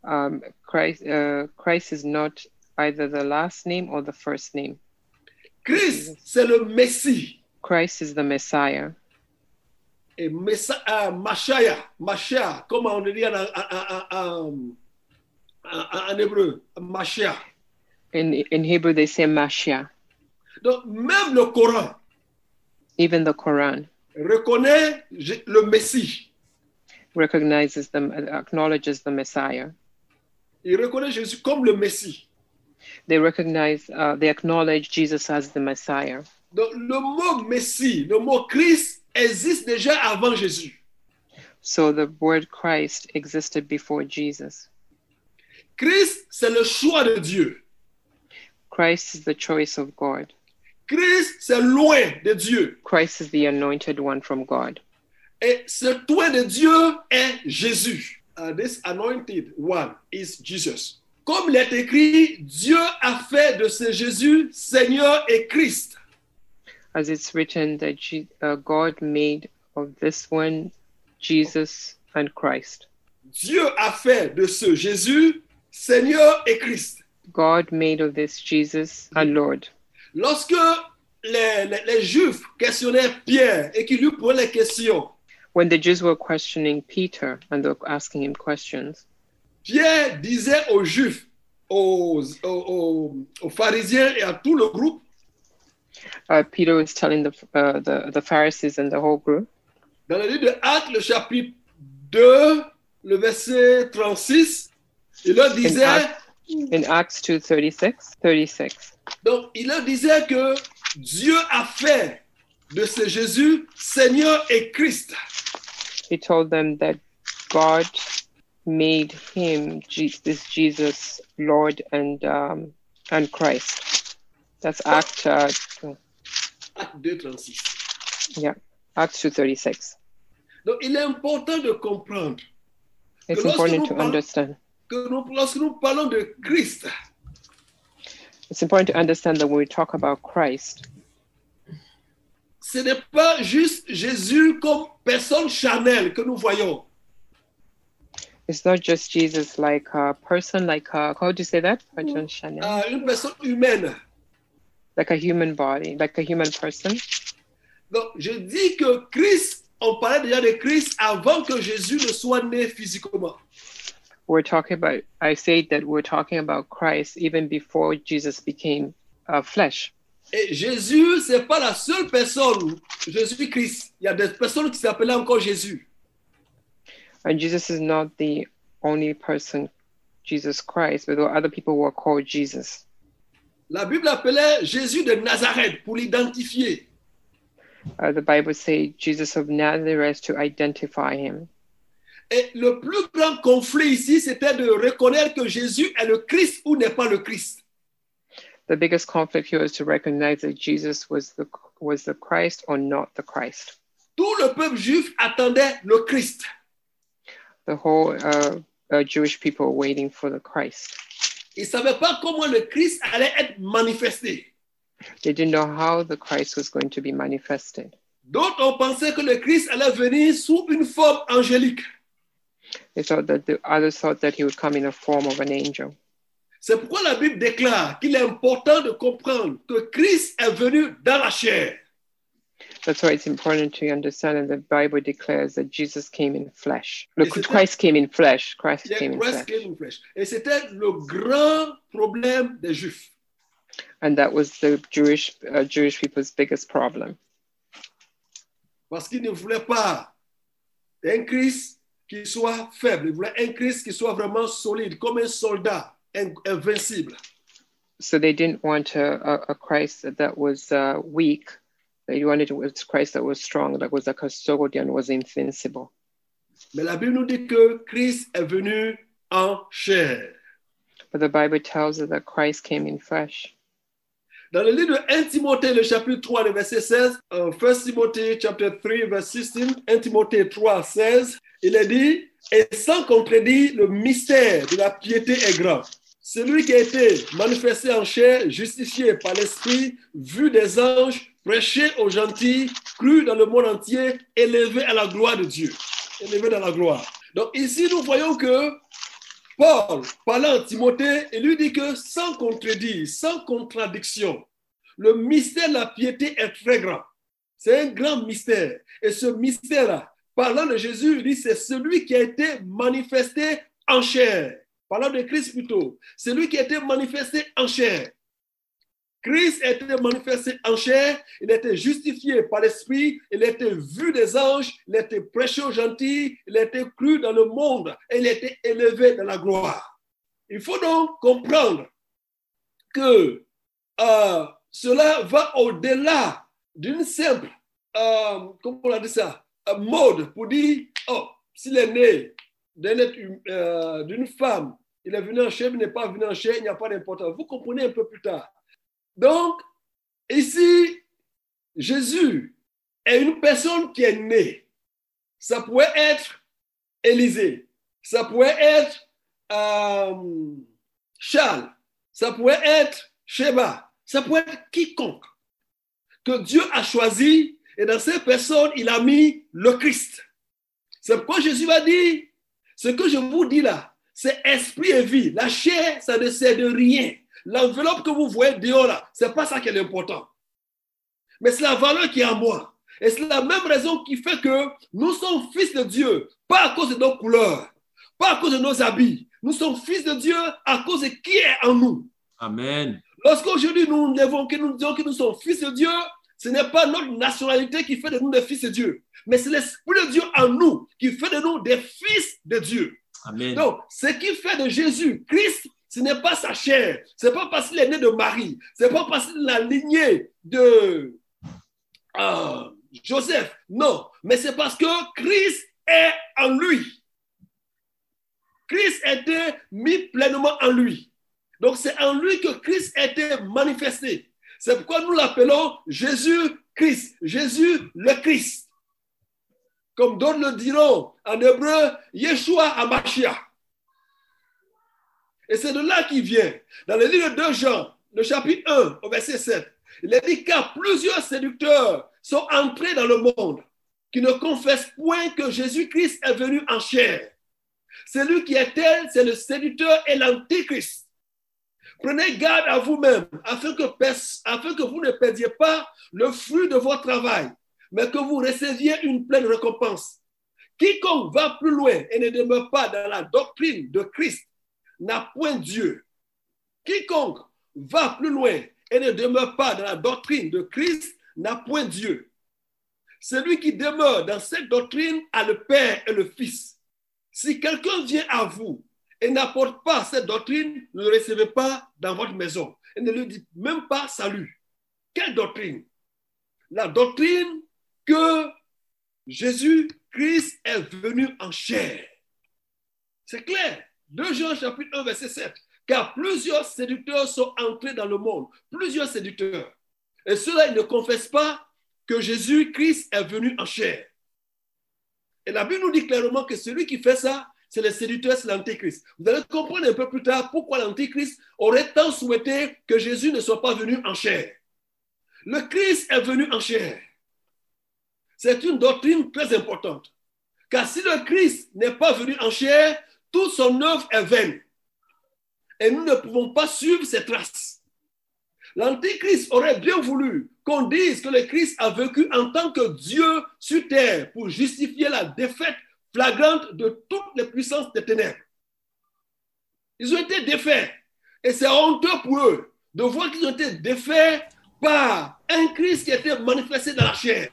Speaker 2: Um, Christ, uh, Christ is not either the last name or the first name.
Speaker 1: Christ, c'est le Messie.
Speaker 2: Christ is the Messiah.
Speaker 1: Et Messa, euh, Machaya, Machia, comme on le dit en, en- en- en- en- en hébreu, Machia.
Speaker 2: In in Hebrew, they say Mashiach.
Speaker 1: Donc, même le Coran
Speaker 2: Even the Quran
Speaker 1: reconnaît J- le Messie.
Speaker 2: recognizes them, acknowledges the Messiah.
Speaker 1: Il reconnaît Jésus comme le Messie.
Speaker 2: they recognize, uh, they acknowledge Jesus as the Messiah.
Speaker 1: Donc, le mot Messie, le mot Christ existe déjà avant Jésus.
Speaker 2: So the word Christ existed before Jesus.
Speaker 1: Christ, c'est le choix de Dieu.
Speaker 2: Christ is the choice of God.
Speaker 1: Christ, c'est loin de Dieu.
Speaker 2: Christ is the anointed one from God.
Speaker 1: Et ce loin de Dieu est Jésus. uh, this anointed one is Jesus. Comme il est écrit, Dieu a fait de ce Jésus Seigneur et Christ.
Speaker 2: as it's written that Je- uh, God made of this one Jesus and Christ.
Speaker 1: Dieu a fait de ce Jésus Seigneur et Christ.
Speaker 2: God made of this Jesus and Lord.
Speaker 1: Lorsque les, les- les Juifs questionnaient Pierre et qu'il lui posait les questions,
Speaker 2: When the Jews were questioning Peter and they were asking him questions,
Speaker 1: Pierre disait aux Juifs, aux, aux- aux- aux pharisiens et à tout le groupe,
Speaker 2: uh, Peter was telling the, uh, the the Pharisees and the whole group
Speaker 1: dans le livre de Actes, le chapitre 2, le verset 36, il leur disait,
Speaker 2: Actes. in Acts 2 36, 36.
Speaker 1: donc, il leur disait que Dieu a fait de ce Jésus Seigneur et Christ.
Speaker 2: He told them that God made him Je- this Jesus Lord and um, and Christ. That's Act uh,
Speaker 1: Actes 2, 36.
Speaker 2: Acts 2 36.
Speaker 1: Donc, il est important de comprendre
Speaker 2: It's
Speaker 1: Lorsque
Speaker 2: important
Speaker 1: nous
Speaker 2: to
Speaker 1: par-
Speaker 2: understand.
Speaker 1: que nous- lorsque nous parlons de Christ,
Speaker 2: It's important to understand that when we talk about Christ,
Speaker 1: ce n'est pas juste Jésus comme personne charnelle que nous voyons.
Speaker 2: it's not just Jesus like a person, like a, how do you say that? Person Chanel.
Speaker 1: à euh, une personne humaine.
Speaker 2: like a human body, like a human person.
Speaker 1: Donc, je dis que Christ, on parlait déjà de Christ avant que Jésus ne soit né physiquement.
Speaker 2: We're talking about, I say that we're talking about Christ even before Jesus became uh, flesh.
Speaker 1: Et Jésus, ce n'est pas la seule personne, Jésus-Christ. Il y a des personnes qui s'appelaient encore Jésus.
Speaker 2: And Jesus is not the only person, Jesus Christ, but there were other people who were called Jesus.
Speaker 1: La Bible appelait Jésus de Nazareth pour l'identifier.
Speaker 2: Uh, the Bible says Jesus of Nazareth to identify him.
Speaker 1: Et le plus grand conflit ici, c'était de reconnaître que Jésus est le Christ ou n'est pas le Christ.
Speaker 2: the biggest conflict here is to recognize that Jesus was the was the Christ or not the Christ.
Speaker 1: Tout le peuple juif attendait le Christ.
Speaker 2: The whole uh, uh, Jewish people were waiting for the Christ.
Speaker 1: Ils ne savaient pas comment le Christ allait être manifesté.
Speaker 2: They didn't know how the Christ was going to be manifested.
Speaker 1: D'autres ont pensé que le Christ allait venir sous une forme angélique.
Speaker 2: They thought that the others thought that he would come in the form of an angel.
Speaker 1: C'est pourquoi la Bible déclare qu'il est important de comprendre que Christ est venu dans la chair.
Speaker 2: That's why it's important to understand that the Bible declares that Jesus came in flesh.
Speaker 1: Is it
Speaker 2: Look,
Speaker 1: that-
Speaker 2: Christ came in flesh. Christ
Speaker 1: Yeah,
Speaker 2: came in
Speaker 1: Christ
Speaker 2: flesh.
Speaker 1: came in flesh. Et c'était le grand problème des Juifs.
Speaker 2: And that was the Jewish uh, Jewish people's biggest problem.
Speaker 1: Parce qu'ils ne voulaient pas un Christ qui soit faible. Ils voulaient un Christ qui soit vraiment solide, comme un soldat in- invincible.
Speaker 2: so they didn't want a, a, a Christ that, that was uh, weak. They wanted a Christ that was strong, that was like a custodian, was invincible.
Speaker 1: Mais la Bible nous dit que Christ est venu en chair.
Speaker 2: But the Bible tells us that Christ came in flesh.
Speaker 1: Dans le livre de 1 Timothée, le chapitre 3, le verset 16, euh, 1 Timothée, chapitre 3, verset 16, 1 Timothée 3, 16, il est dit, et sans contredire, le mystère de la piété est grand. Celui qui a été manifesté en chair, justifié par l'Esprit, vu des anges, prêché aux gentils, cru dans le monde entier, élevé à la gloire de Dieu. Élevé dans la gloire. Donc ici, nous voyons que Paul, parlant à Timothée, il lui dit que sans contredire, sans contradiction, le mystère de la piété est très grand. C'est un grand mystère. Et ce mystère-là, parlant de Jésus, il dit c'est celui qui a été manifesté en chair. Parlant de Christ plutôt, celui qui a été manifesté en chair. Christ a été manifesté en chair, il a été justifié par l'Esprit, il a été vu des anges, il a été prêché aux gentils, il a été cru dans le monde, et il a été élevé dans la gloire. Il faut donc comprendre que euh, cela va au-delà d'une simple, euh, comment on a dit ça, euh, mode pour dire, oh, s'il est né d'un être hum- euh, d'une femme, il est venu en chair, il n'est pas venu en chair, il n'y a pas d'importance. Vous comprenez un peu plus tard. Donc, ici, Jésus est une personne qui est née. Ça pourrait être Élisée, Ça pourrait être euh, Charles, ça pourrait être Sheba, ça pourrait être quiconque que Dieu a choisi et dans ces personnes, il a mis le Christ. C'est pourquoi Jésus va dire, ce que je vous dis là, c'est esprit et vie. La chair, ça ne sert de rien. L'enveloppe que vous voyez dehors là, ce n'est pas ça qui est l'important. Mais c'est la valeur qui est en moi. Et c'est la même raison qui fait que nous sommes fils de Dieu, pas à cause de nos couleurs, pas à cause de nos habits. Nous sommes fils de Dieu à cause de qui est en nous.
Speaker 3: Amen.
Speaker 1: Lorsqu'aujourd'hui nous nous levons, que nous disons que nous sommes fils de Dieu, ce n'est pas notre nationalité qui fait de nous des fils de Dieu, mais c'est l'Esprit de Dieu en nous qui fait de nous des fils de Dieu.
Speaker 3: Amen.
Speaker 1: Donc, ce qui fait de Jésus Christ, ce n'est pas sa chair, ce n'est pas parce qu'il est né de Marie, ce n'est pas parce qu'il a la lignée de euh, Joseph, non, mais c'est parce que Christ est en lui. Christ était mis pleinement en lui. Donc, c'est en lui que Christ était manifesté. C'est pourquoi nous l'appelons Jésus-Christ, Jésus le Christ. Comme d'autres le diront en hébreu, Yeshua Amashia. Et c'est de là qu'il vient. Dans le livre de Jean, le chapitre 1, au verset 7, il est dit car plusieurs séducteurs sont entrés dans le monde qui ne confessent point que Jésus-Christ est venu en chair. Celui qui est tel, c'est le séducteur et l'antichrist. Prenez garde à vous-même afin que, pers- afin que vous ne perdiez pas le fruit de votre travail, mais que vous receviez une pleine récompense. Quiconque va plus loin et ne demeure pas dans la doctrine de Christ n'a point Dieu. Quiconque va plus loin et ne demeure pas dans la doctrine de Christ n'a point Dieu. Celui qui demeure dans cette doctrine a le Père et le Fils. Si quelqu'un vient à vous et n'apporte pas cette doctrine, ne le recevez pas dans votre maison. Et ne lui dites même pas salut. Quelle doctrine La doctrine que Jésus-Christ est venu en chair. C'est clair. 2 Jean chapitre 1 verset 7. Car plusieurs séducteurs sont entrés dans le monde. Plusieurs séducteurs. Et ceux-là, ils ne confessent pas que Jésus-Christ est venu en chair. Et la Bible nous dit clairement que celui qui fait ça, c'est le séducteur, c'est l'antéchrist. Vous allez comprendre un peu plus tard pourquoi l'antéchrist aurait tant souhaité que Jésus ne soit pas venu en chair. Le Christ est venu en chair. C'est une doctrine très importante. Car si le Christ n'est pas venu en chair, toute son œuvre est vaine. Et nous ne pouvons pas suivre ses traces. L'antéchrist aurait bien voulu qu'on dise que le Christ a vécu en tant que Dieu sur terre pour justifier la défaite flagrante de toutes les puissances des ténèbres. Ils ont été défaits. Et c'est honteux pour eux de voir qu'ils ont été défaits par un Christ qui était manifesté dans la chair.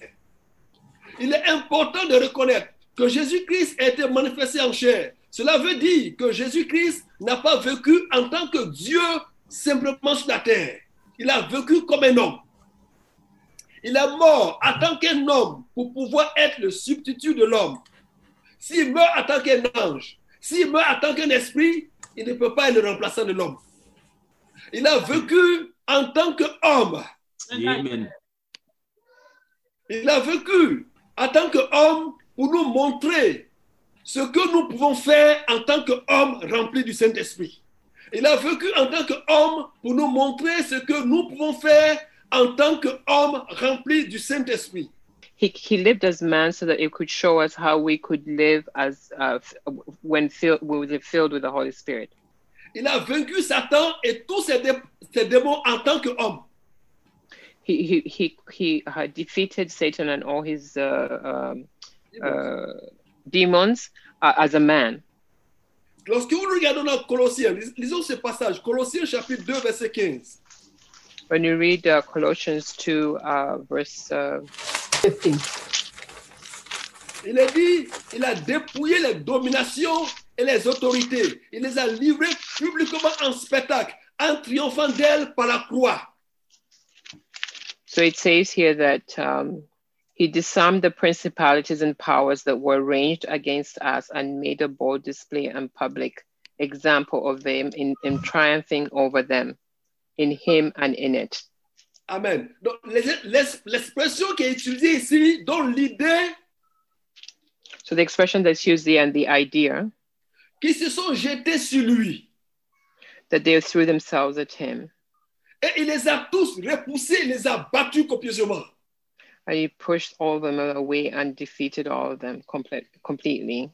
Speaker 1: Il est important de reconnaître que Jésus-Christ a été manifesté en chair. Cela veut dire que Jésus-Christ n'a pas vécu en tant que Dieu simplement sur la terre. Il a vécu comme un homme. Il est mort en tant qu'un homme pour pouvoir être le substitut de l'homme. S'il meurt en tant qu'un ange, s'il meurt en tant qu'un esprit, il ne peut pas être le remplaçant de l'homme. Il a vécu en tant qu'homme.
Speaker 3: Amen.
Speaker 1: Il a vécu en tant qu'homme pour nous montrer ce que nous pouvons faire en tant qu'homme rempli du Saint-Esprit. Il a vécu en tant qu'homme pour nous montrer ce que nous pouvons faire en tant qu'homme rempli du Saint-Esprit.
Speaker 2: He, he lived as man so that it could show us how we could live as uh, f- when filled when filled with the Holy Spirit.
Speaker 1: Il a vaincu Satan et tous ses, dé- ses démons en tant qu'homme.
Speaker 2: He he he, he uh, defeated Satan and all his uh, um, uh, demons uh, as a man.
Speaker 1: Lorsque nous regardons dans Colossiens, lis- lisons ce passage, Colossiens chapitre 2, verset 15.
Speaker 2: When you read uh, Colossians two uh, verse uh, fifteen,
Speaker 1: Il est dit, il a dépouillé les dominations et les autorités. Il les a livrées publiquement en spectacle, en triomphant d'elles par la croix.
Speaker 2: So it says here that um, he disarmed the principalities and powers that were ranged against us and made a bold display and public example of them in, in triumphing over them in him and in it.
Speaker 1: Amen. Donc, les- l'es- l'expression qui est utilisée ici, dont l'idée,
Speaker 2: So the expression that's used there and the idea
Speaker 1: qui se sont jetés sur lui.
Speaker 2: that they threw themselves at him.
Speaker 1: Et il les a tous repoussés, il les a battus copieusement.
Speaker 2: And he pushed all of them away and defeated all of them comple- completely.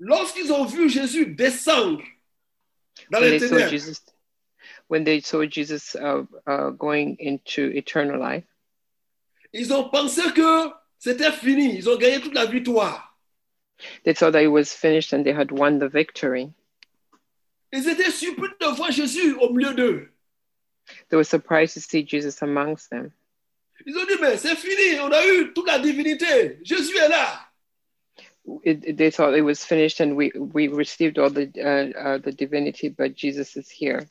Speaker 1: Lorsqu'ils ont vu Jésus descendre dans
Speaker 2: When
Speaker 1: les
Speaker 2: they saw
Speaker 1: ténèbres,
Speaker 2: Jesus, when they saw Jesus uh, uh, going into eternal life,
Speaker 1: ils ont pensé que c'était fini. Ils ont gagné toute la victoire.
Speaker 2: they thought that it was finished and they had won the victory.
Speaker 1: Ils étaient surpris de voir Jésus au milieu d'eux.
Speaker 2: They were surprised to see Jesus amongst them.
Speaker 1: Ils ont dit, mais c'est fini, on a eu toute la divinité. Jésus est là.
Speaker 2: It, it- they thought it was finished and we, we received all the, uh, uh, the divinity, but Jesus is here.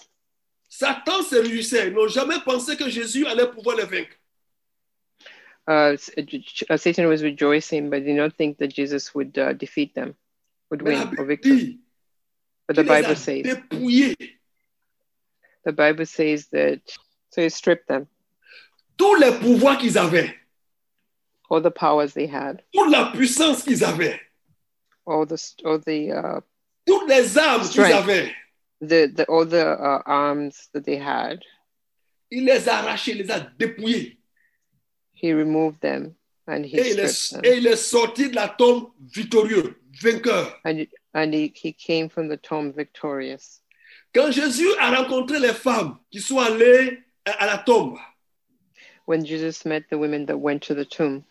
Speaker 1: Satan se réjouissait. Ils n'ont jamais pensé que Jésus allait pouvoir les vaincre.
Speaker 2: Uh, S- uh, J- J- uh, Satan was rejoicing, but did not think that Jesus would uh, defeat them, would
Speaker 1: Mais la
Speaker 2: win or
Speaker 1: Bible
Speaker 2: victory.
Speaker 1: dit
Speaker 2: But the
Speaker 1: qu'il les a
Speaker 2: Bible says
Speaker 1: dépouillés.
Speaker 2: the Bible says that so he stripped them
Speaker 1: Tous les pouvoirs qu'ils avaient,
Speaker 2: all the powers they had,
Speaker 1: toute la puissance qu'ils avaient,
Speaker 2: all the st- all the uh,
Speaker 1: toutes les armes qu'ils
Speaker 2: Strength.
Speaker 1: avaient,
Speaker 2: the, the all the uh, arms that they had.
Speaker 1: il les a arrachés, il les a dépouillés.
Speaker 2: He removed them and he
Speaker 1: Et il, est,
Speaker 2: stripped them,
Speaker 1: et il est sorti de la tombe victorieux, vainqueur.
Speaker 2: and and he, he came from the tomb victorious.
Speaker 1: Quand Jésus a rencontré les femmes qui sont allées à à la tombe,
Speaker 2: When Jesus met the women that went to the tomb,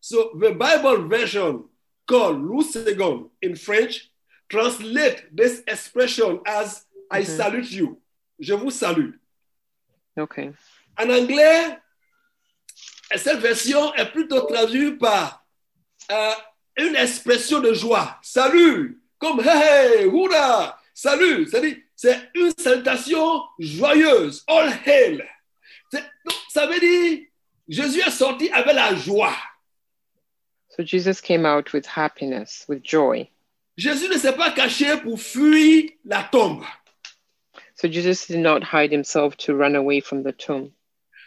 Speaker 1: So the Bible version called Lusegon in French translate this expression as I
Speaker 2: Mhm.
Speaker 1: salute you. Je vous salue.
Speaker 2: okay,
Speaker 1: En anglais, cette version est plutôt traduite par euh, une expression de joie. Salut, comme hey, hey, hurrah, salut. C'est-à-dire, C'est une salutation joyeuse. All hail. C'est- donc, Ça veut dire Jésus est sorti avec la joie.
Speaker 2: so Jesus came out with happiness, with joy.
Speaker 1: Jésus ne s'est pas caché pour fuir la tombe.
Speaker 2: So Jesus did not hide himself to run away from the tomb,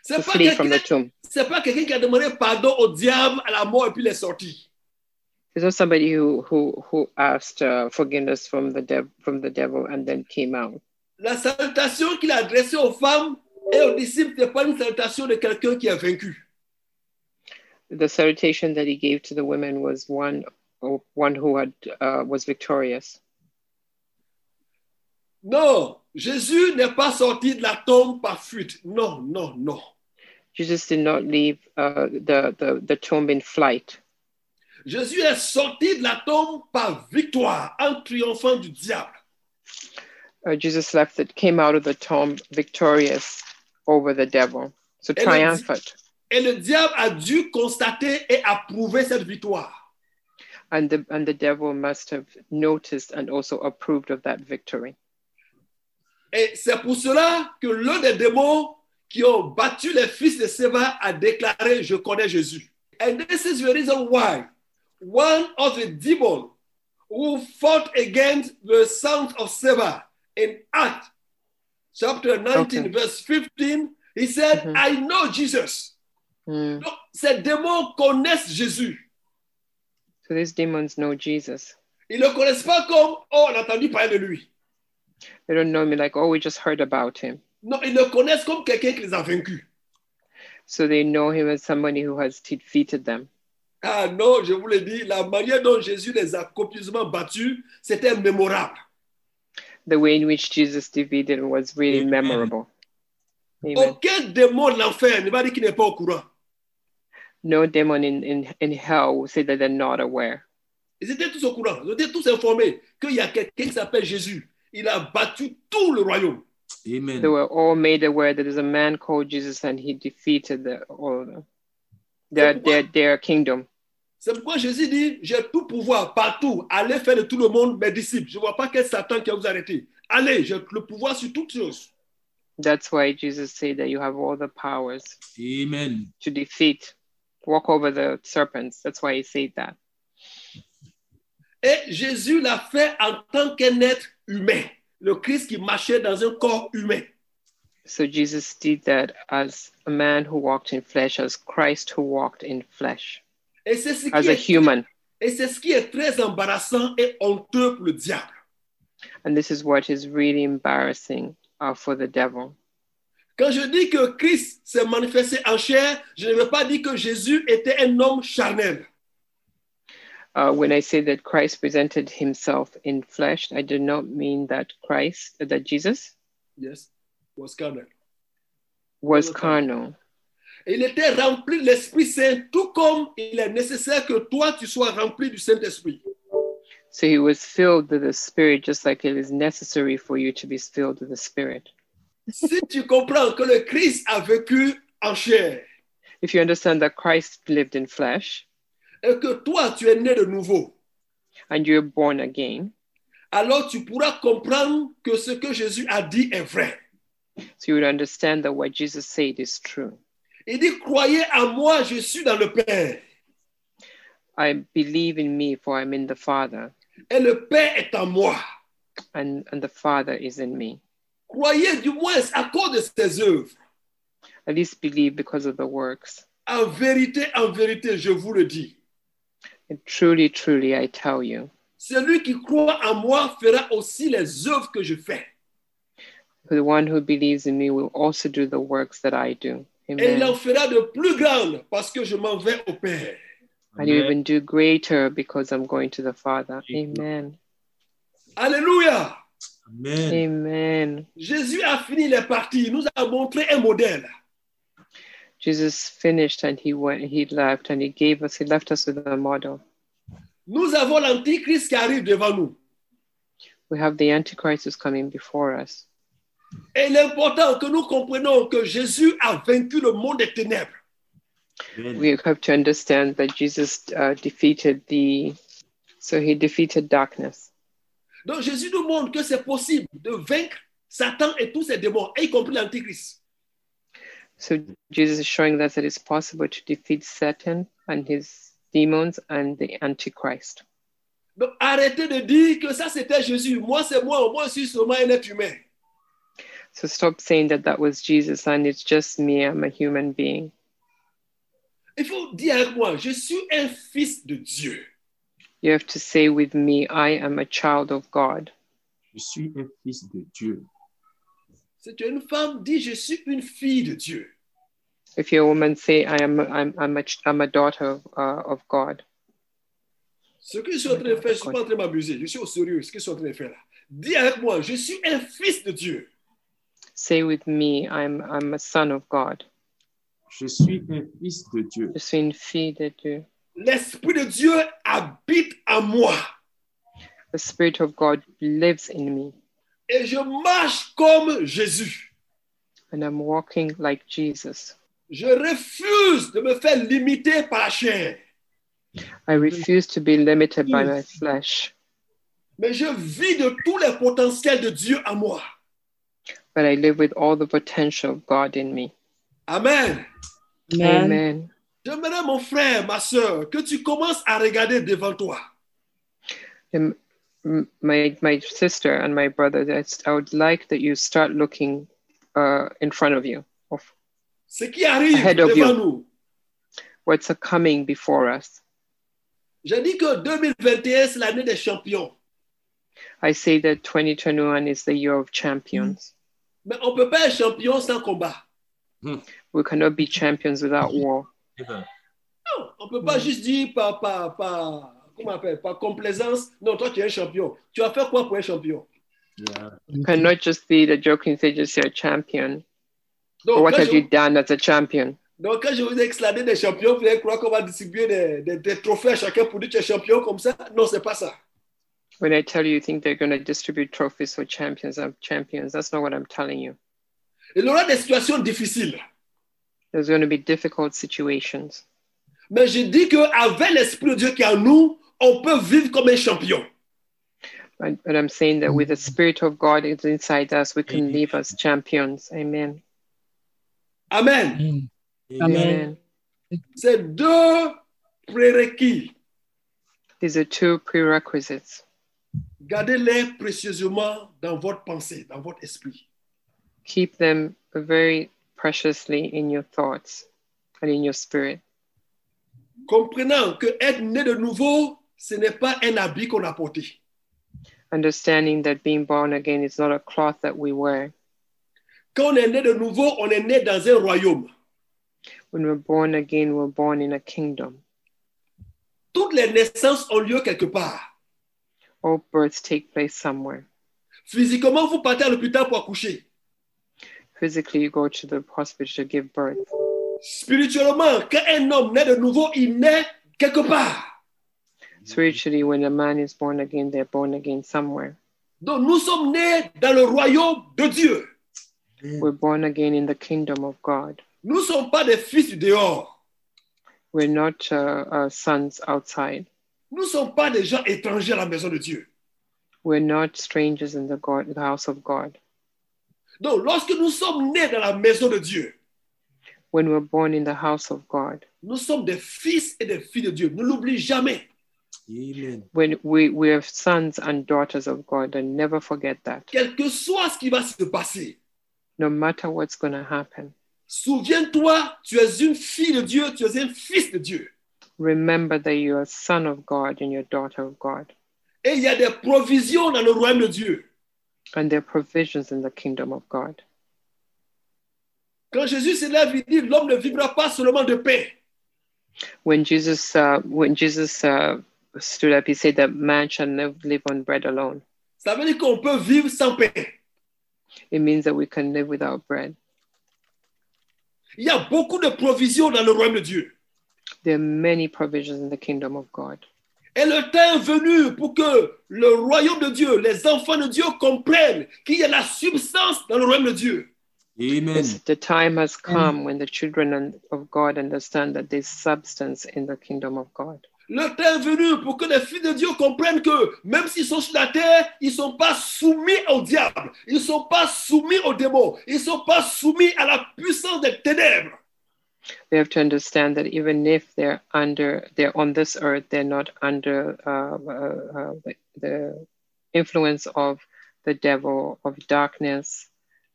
Speaker 1: C'est
Speaker 2: to
Speaker 1: pas
Speaker 2: flee from the
Speaker 1: quelqu'un
Speaker 2: tomb.
Speaker 1: c'est pas quelqu'un qui a demandé pardon au diable à la mort et puis il est sorti.
Speaker 2: There's not somebody who who who asked uh, forgiveness from the dev from the devil and then came out.
Speaker 1: La salutation qu'il a adressée aux femmes et aux disciples n'est pas une salutation de quelqu'un qui est vaincu.
Speaker 2: The salutation that he gave to the women was one one who had uh, was victorious.
Speaker 1: Non, Jésus n'est pas sorti de la tombe par fuite. Non, non, non.
Speaker 2: Jesus did not leave uh, the, the the tomb in flight.
Speaker 1: Jésus est sorti de la tombe par victoire en triomphant du diable.
Speaker 2: Uh, Jesus left it came out of the tomb victorious over the devil, so
Speaker 1: And it's-
Speaker 2: triumphant.
Speaker 1: Et le diable a dû constater et approuver cette victoire.
Speaker 2: And the and the devil must have noticed and also approved of that victory.
Speaker 1: Et c'est pour cela que l'un des démons qui ont battu les fils de Séva a déclaré Je connais Jésus. And this is the reason why one of the demons who fought against the sons of Seba in Acts chapter 19,
Speaker 2: Okay.
Speaker 1: verse 15, he said,
Speaker 2: Mhm.
Speaker 1: I know Jesus.
Speaker 2: Mm.
Speaker 1: Donc, ces démons connaissent Jésus.
Speaker 2: So these demons know Jesus.
Speaker 1: Ils ne le connaissent pas comme Oh, on a entendu parler de lui.
Speaker 2: They don't know me like, oh, we just heard about him.
Speaker 1: Non, ils le connaissent comme quelqu'un qui les a vaincus.
Speaker 2: So they know him as somebody who has defeated them.
Speaker 1: Ah non, je vous le dis, la manière dont Jésus les a copieusement battus, c'était mémorable.
Speaker 2: The way in which Jesus defeated him was really
Speaker 1: Amen.
Speaker 2: memorable. Amen.
Speaker 1: Aucun démon de l'enfer ne va dire qu'il n'est pas au courant.
Speaker 2: No demon in, in, in hell will say that they're not aware.
Speaker 1: Ils étaient tous au courant, ils étaient tous informés qu'il y a quelqu'un qui s'appelle Jésus. Il a battu tout le royaume.
Speaker 3: Amen.
Speaker 2: They were all made aware that there's a man called Jesus and he defeated the, all of them. Their, their, their kingdom.
Speaker 1: C'est pourquoi Jésus dit, j'ai tout pouvoir partout. Allez faire de tout le monde mes disciples. Je ne vois pas quel Satan qui va vous arrêter. Allez, j'ai le pouvoir sur toutes choses.
Speaker 2: That's why Jesus said that you have all the powers
Speaker 3: Amen.
Speaker 2: to defeat, walk over the serpents. That's why he said that.
Speaker 1: Et Jésus l'a fait en tant qu'un être humain. Le Christ qui marchait dans un corps humain.
Speaker 2: So Jesus did that as a man who walked in flesh, as Christ who walked in flesh,
Speaker 1: Et c'est ce qui
Speaker 2: as a
Speaker 1: est
Speaker 2: human.
Speaker 1: Et c'est ce qui est très embarrassant et honteux pour le diable.
Speaker 2: And this is what is really embarrassing uh, for the devil.
Speaker 1: Quand je dis que Christ s'est manifesté en chair, je ne veux pas dire que Jésus était un homme charnel.
Speaker 2: Uh, when I say that Christ presented himself in flesh, I do not mean that Christ, that Jesus
Speaker 1: Yes, was carnal.
Speaker 2: was
Speaker 1: Okay.
Speaker 2: carnal.
Speaker 1: Il était rempli de l'Esprit Saint, tout comme il est nécessaire que toi, tu sois rempli du Saint-Esprit.
Speaker 2: So he was filled with the Spirit, just like it is necessary for you to be filled with the Spirit.
Speaker 1: Si tu comprends que le Christ a vécu en chair
Speaker 2: If you understand that Christ lived in flesh
Speaker 1: et que toi, tu es né de nouveau,
Speaker 2: and you're born again,
Speaker 1: alors tu pourras comprendre que ce que Jésus a dit est vrai.
Speaker 2: so you would understand that what Jesus said is true.
Speaker 1: Il dit, croyez en moi, je suis dans le Père
Speaker 2: I believe in me, for I'm in the Father,
Speaker 1: et le Père est en moi.
Speaker 2: and, and the Father is in me.
Speaker 1: Croyez du moins à cause de ses œuvres.
Speaker 2: At least believe because of the works.
Speaker 1: En vérité, en vérité, je vous le dis,
Speaker 2: And truly, truly, I tell you,
Speaker 1: celui qui croit en moi fera aussi les œuvres que je fais.
Speaker 2: the one who believes in me will also do the works that I do.
Speaker 1: Et
Speaker 2: Amen.
Speaker 1: il en fera de plus grandes parce que je m'en vais au Père.
Speaker 2: And you even do greater because I'm going to the Father. Amen.
Speaker 1: Alléluia.
Speaker 3: Amen.
Speaker 2: Amen.
Speaker 1: Jésus a fini les parties. Il nous a montré un modèle.
Speaker 2: Jesus finished and he went, he left and he gave us, he left us with a model.
Speaker 1: Nous avons l'Antichrist qui arrive devant nous.
Speaker 2: We have the Antichrist who's coming before us.
Speaker 1: Et il est important que nous comprenions que Jésus a vaincu le monde des ténèbres.
Speaker 3: Amen.
Speaker 2: We have to understand that Jesus uh, defeated the, so he defeated darkness.
Speaker 1: Donc Jésus nous montre que c'est possible de vaincre Satan et tous ses démons, y compris l'Antichrist.
Speaker 2: So Jesus is showing us that it's possible to defeat Satan and his demons and the Antichrist.
Speaker 1: Donc arrêtez de dire que ça c'était Jésus. Moi c'est moi, moi je suis seulement un être humain.
Speaker 2: So stop saying that that was Jesus and it's just me, I'm a human being.
Speaker 1: Il faut dire avec moi, je suis un fils de Dieu.
Speaker 2: You have to say with me, I am a child of God.
Speaker 3: Je suis un fils de Dieu.
Speaker 1: Si tu es une femme, dis je suis une fille de Dieu.
Speaker 2: If you're a woman, say, I am, I'm, I'm, a, ch- I'm a daughter of, uh, of God.
Speaker 1: Ce que je suis en train de faire, je ne suis pas en train de m'abuser, je suis au sérieux, ce que je suis en train de faire là. Dis avec moi, je suis un fils de Dieu.
Speaker 2: Say with me, I'm, I'm a son of God.
Speaker 3: Je suis un fils de Dieu.
Speaker 2: Je suis une fille de Dieu.
Speaker 1: L'Esprit de Dieu habite en moi
Speaker 2: The Spirit of God lives in me,
Speaker 1: et je marche comme Jésus.
Speaker 2: and I'm walking like Jesus.
Speaker 1: Je refuse de me faire limiter par la chair,
Speaker 2: I refuse to be limited by my flesh,
Speaker 1: mais je vis de tous les potentiels de Dieu en moi.
Speaker 2: but I live with all the potential of God in me.
Speaker 1: Amen.
Speaker 2: Amen.
Speaker 1: J'aimerais, mon frère, ma soeur, que tu commences à regarder devant toi.
Speaker 2: And m- my, my sister and my brother, that's, I would like that you start looking uh, in front of you of
Speaker 1: Ce qui arrive
Speaker 2: Ahead of
Speaker 1: devant
Speaker 2: you.
Speaker 1: nous.
Speaker 2: what's coming before us.
Speaker 1: J'ai dit que 2021, c'est l'année des champions.
Speaker 2: I say that 2021 is the year of champions.
Speaker 1: Mais on ne peut pas être champion sans combat.
Speaker 2: We cannot be champions without war.
Speaker 3: Amen.
Speaker 1: Non, on ne peut
Speaker 2: Hmm.
Speaker 1: pas juste dire par, par, par, comment on appelle, par complaisance, non, toi tu es un champion. Tu vas faire quoi pour un champion
Speaker 3: Yeah.
Speaker 2: You cannot just be the joking say just you're a champion. But
Speaker 1: Donc,
Speaker 2: what
Speaker 1: quand
Speaker 2: have you
Speaker 1: je,
Speaker 2: done as a champion?
Speaker 1: donc, quand je vous ai exclamé des champions, vous allez croire qu'on va distribuer des, des- des trophées à chacun pour dire que tu es champion comme ça Non, ce n'est pas ça.
Speaker 2: When I tell you you think they're going to distribute trophies for champions of champions, that's not what I'm telling you.
Speaker 1: Il y aura des situations difficiles.
Speaker 2: There's going to be difficult situations.
Speaker 1: Mais je dis qu'avec l'Esprit de Dieu qui est en nous, on peut vivre comme un champion.
Speaker 2: But, but I'm saying that with the Spirit of God is inside us, we can live as champions. Amen.
Speaker 1: Amen.
Speaker 3: Amen.
Speaker 2: Amen.
Speaker 1: C'est deux prérequis.
Speaker 2: These are two prerequisites.
Speaker 1: Gardez-les précieusement dans votre pensée, dans votre esprit.
Speaker 2: Keep them very preciously in your thoughts and in your spirit.
Speaker 1: Comprenant que être né de nouveau, ce n'est pas un habit qu'on a porté.
Speaker 2: understanding that being born again is not a cloth that we wear.
Speaker 1: Quand on est né de nouveau, on est né dans un royaume.
Speaker 2: When we're born again, we're born in a kingdom.
Speaker 1: Toutes les naissances ont lieu quelque part.
Speaker 2: All births take place somewhere.
Speaker 1: Physiquement, vous partez à l'hôpital pour accoucher.
Speaker 2: Physically, you go to the hospital to give birth.
Speaker 1: Spirituellement, quand un homme naît de nouveau, il naît quelque part.
Speaker 2: Spiritually, when a man is born again, they're born again somewhere.
Speaker 1: Donc, nous sommes nés dans le royaume de Dieu.
Speaker 2: We're born again in the kingdom of God.
Speaker 1: Nous ne sommes pas des fils du dehors.
Speaker 2: We're not uh, uh, sons outside.
Speaker 1: Nous ne sommes pas des gens étrangers à la maison de Dieu.
Speaker 2: We're not strangers in the, God, the house of God.
Speaker 1: Donc, lorsque nous sommes nés dans la maison de Dieu,
Speaker 2: When we're born in the house of God,
Speaker 1: nous sommes des fils et des filles de Dieu. Ne l'oublie jamais.
Speaker 3: Amen.
Speaker 2: when we, we are sons and daughters of God, and never forget that.
Speaker 1: Quel que soit ce qui va se passer,
Speaker 2: No matter what's going to happen,
Speaker 1: souviens-toi, tu es une fille de Dieu, tu es un fils de Dieu.
Speaker 2: remember that you're a son of God and you're a daughter of God,
Speaker 1: Et il y a des provisions dans le royaume de Dieu.
Speaker 2: and there are provisions in the kingdom of God.
Speaker 1: Quand Jésus se lève, il dit, l'homme ne vivra pas seulement de pain.
Speaker 2: When Jesus, uh, when Jesus uh, stood up, he said that man shall not live on bread alone.
Speaker 1: Ça veut dire qu'on peut vivre sans pain.
Speaker 2: It means that we can live without bread.
Speaker 1: Il y a beaucoup de provisions dans le royaume de Dieu.
Speaker 2: There are many provisions in the kingdom of God.
Speaker 1: Et le temps est venu pour que le royaume de Dieu, les enfants de Dieu comprennent qu'il y a la substance dans le royaume de Dieu.
Speaker 3: Amen.
Speaker 2: This- the time has come when the children and- of God understand that there's substance in the kingdom of God.
Speaker 1: Le temps est venu pour que les filles de Dieu comprennent que même s'ils sont sur la terre, ils ne sont pas soumis au diable, ils ne sont pas soumis aux démons, ils ne sont pas soumis à la puissance des ténèbres.
Speaker 2: They have to understand that even if they're under, they're on this earth, they're not under uh, uh, uh, the, the influence of the devil of darkness.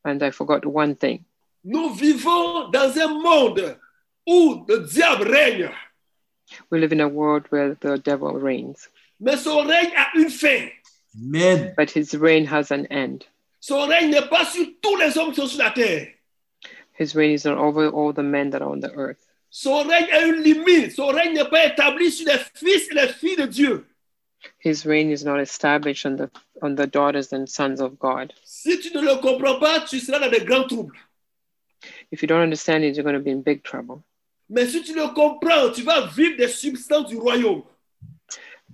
Speaker 2: And I forgot one thing.
Speaker 1: Nous vivons dans un monde où le diable règne,
Speaker 2: We live in a world where the devil reigns,
Speaker 1: mais son règne a une fin.
Speaker 3: Amen.
Speaker 2: but his reign has an end.
Speaker 1: Son règne n'est pas sur tous les hommes qui sont sur la terre.
Speaker 2: His reign is not over all the men that are on the earth.
Speaker 1: Son règne a une limite. Son règne n'est pas établi sur les fils et les filles de Dieu.
Speaker 2: His reign is not established on the on the daughters and sons of God.
Speaker 1: Si tu ne le comprends pas, tu seras dans de grands troubles.
Speaker 2: If you don't understand it, you're going to be in big trouble.
Speaker 1: Mais si tu le comprends, tu vas vivre des substances du royaume.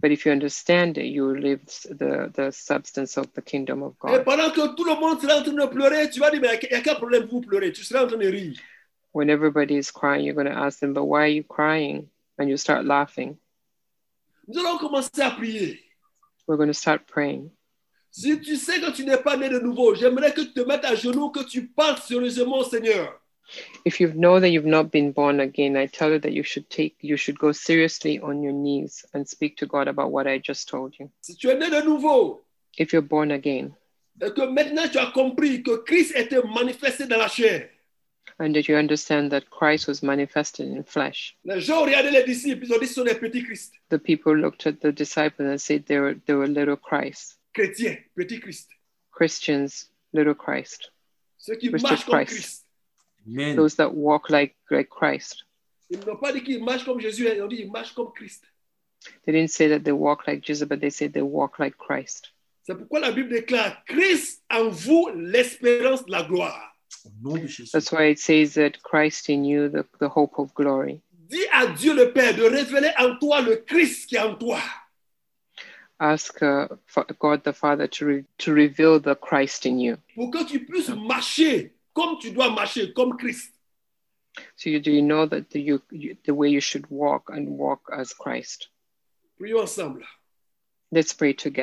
Speaker 2: But if you understand it, you live the the substance of the kingdom of
Speaker 1: Et
Speaker 2: God.
Speaker 1: pendant que tout le monde sera en train de pleurer, tu vas dire, mais il n'y a qu'un problème pour pleurer. Tu seras en train de rire.
Speaker 2: When everybody is crying, you're going to ask them, "But why are you crying?" And you start laughing.
Speaker 1: Nous allons commencer à prier.
Speaker 2: We're going to start praying.
Speaker 1: Si tu sais que tu n'es pas né de nouveau, j'aimerais que tu te mettes à genoux, que tu parles sérieusement au Seigneur.
Speaker 2: If you know that you've not been born again, I tell you that you should take you should go seriously on your knees and speak to God about what I just told you.
Speaker 1: Si tu es né de nouveau
Speaker 2: If you're born again
Speaker 1: et que maintenant tu as compris que Christ était manifesté dans la chair,
Speaker 2: and that you understand that Christ was manifested in flesh,
Speaker 1: Les gens ont regardé les disciples, ils ont dit ce sont des petits Christ,
Speaker 2: the people looked at the disciples and said they were, they were little Christ,
Speaker 1: chrétiens, petits Christ,
Speaker 2: Christians, little Christ,
Speaker 1: ceux qui
Speaker 2: Christ
Speaker 1: marchent comme
Speaker 2: Christ.
Speaker 1: Christ.
Speaker 3: Amen.
Speaker 2: those that walk like, like Christ.
Speaker 1: Ils n'ont pas dit qu'ils marchent comme Jésus, hein. ils ont dit qu'ils marchent comme Christ.
Speaker 2: They didn't say that they walk like Jesus, but they said they walk like Christ.
Speaker 1: C'est pourquoi la Bible déclare Christ en vous l'espérance de la gloire.
Speaker 3: Au nom de Jésus.
Speaker 2: That's why it says that Christ in you, the, the hope of glory.
Speaker 1: Dis à Dieu le Père de révéler en toi le Christ qui est en toi.
Speaker 2: Ask uh, for God the Father to, re- to reveal the Christ in you.
Speaker 1: pour que tu puisses marcher comme tu dois marcher, comme Christ.
Speaker 2: So you, do you know that the, you, you, the way you should walk and walk as Christ?
Speaker 1: Prions ensemble.
Speaker 2: Let's pray together.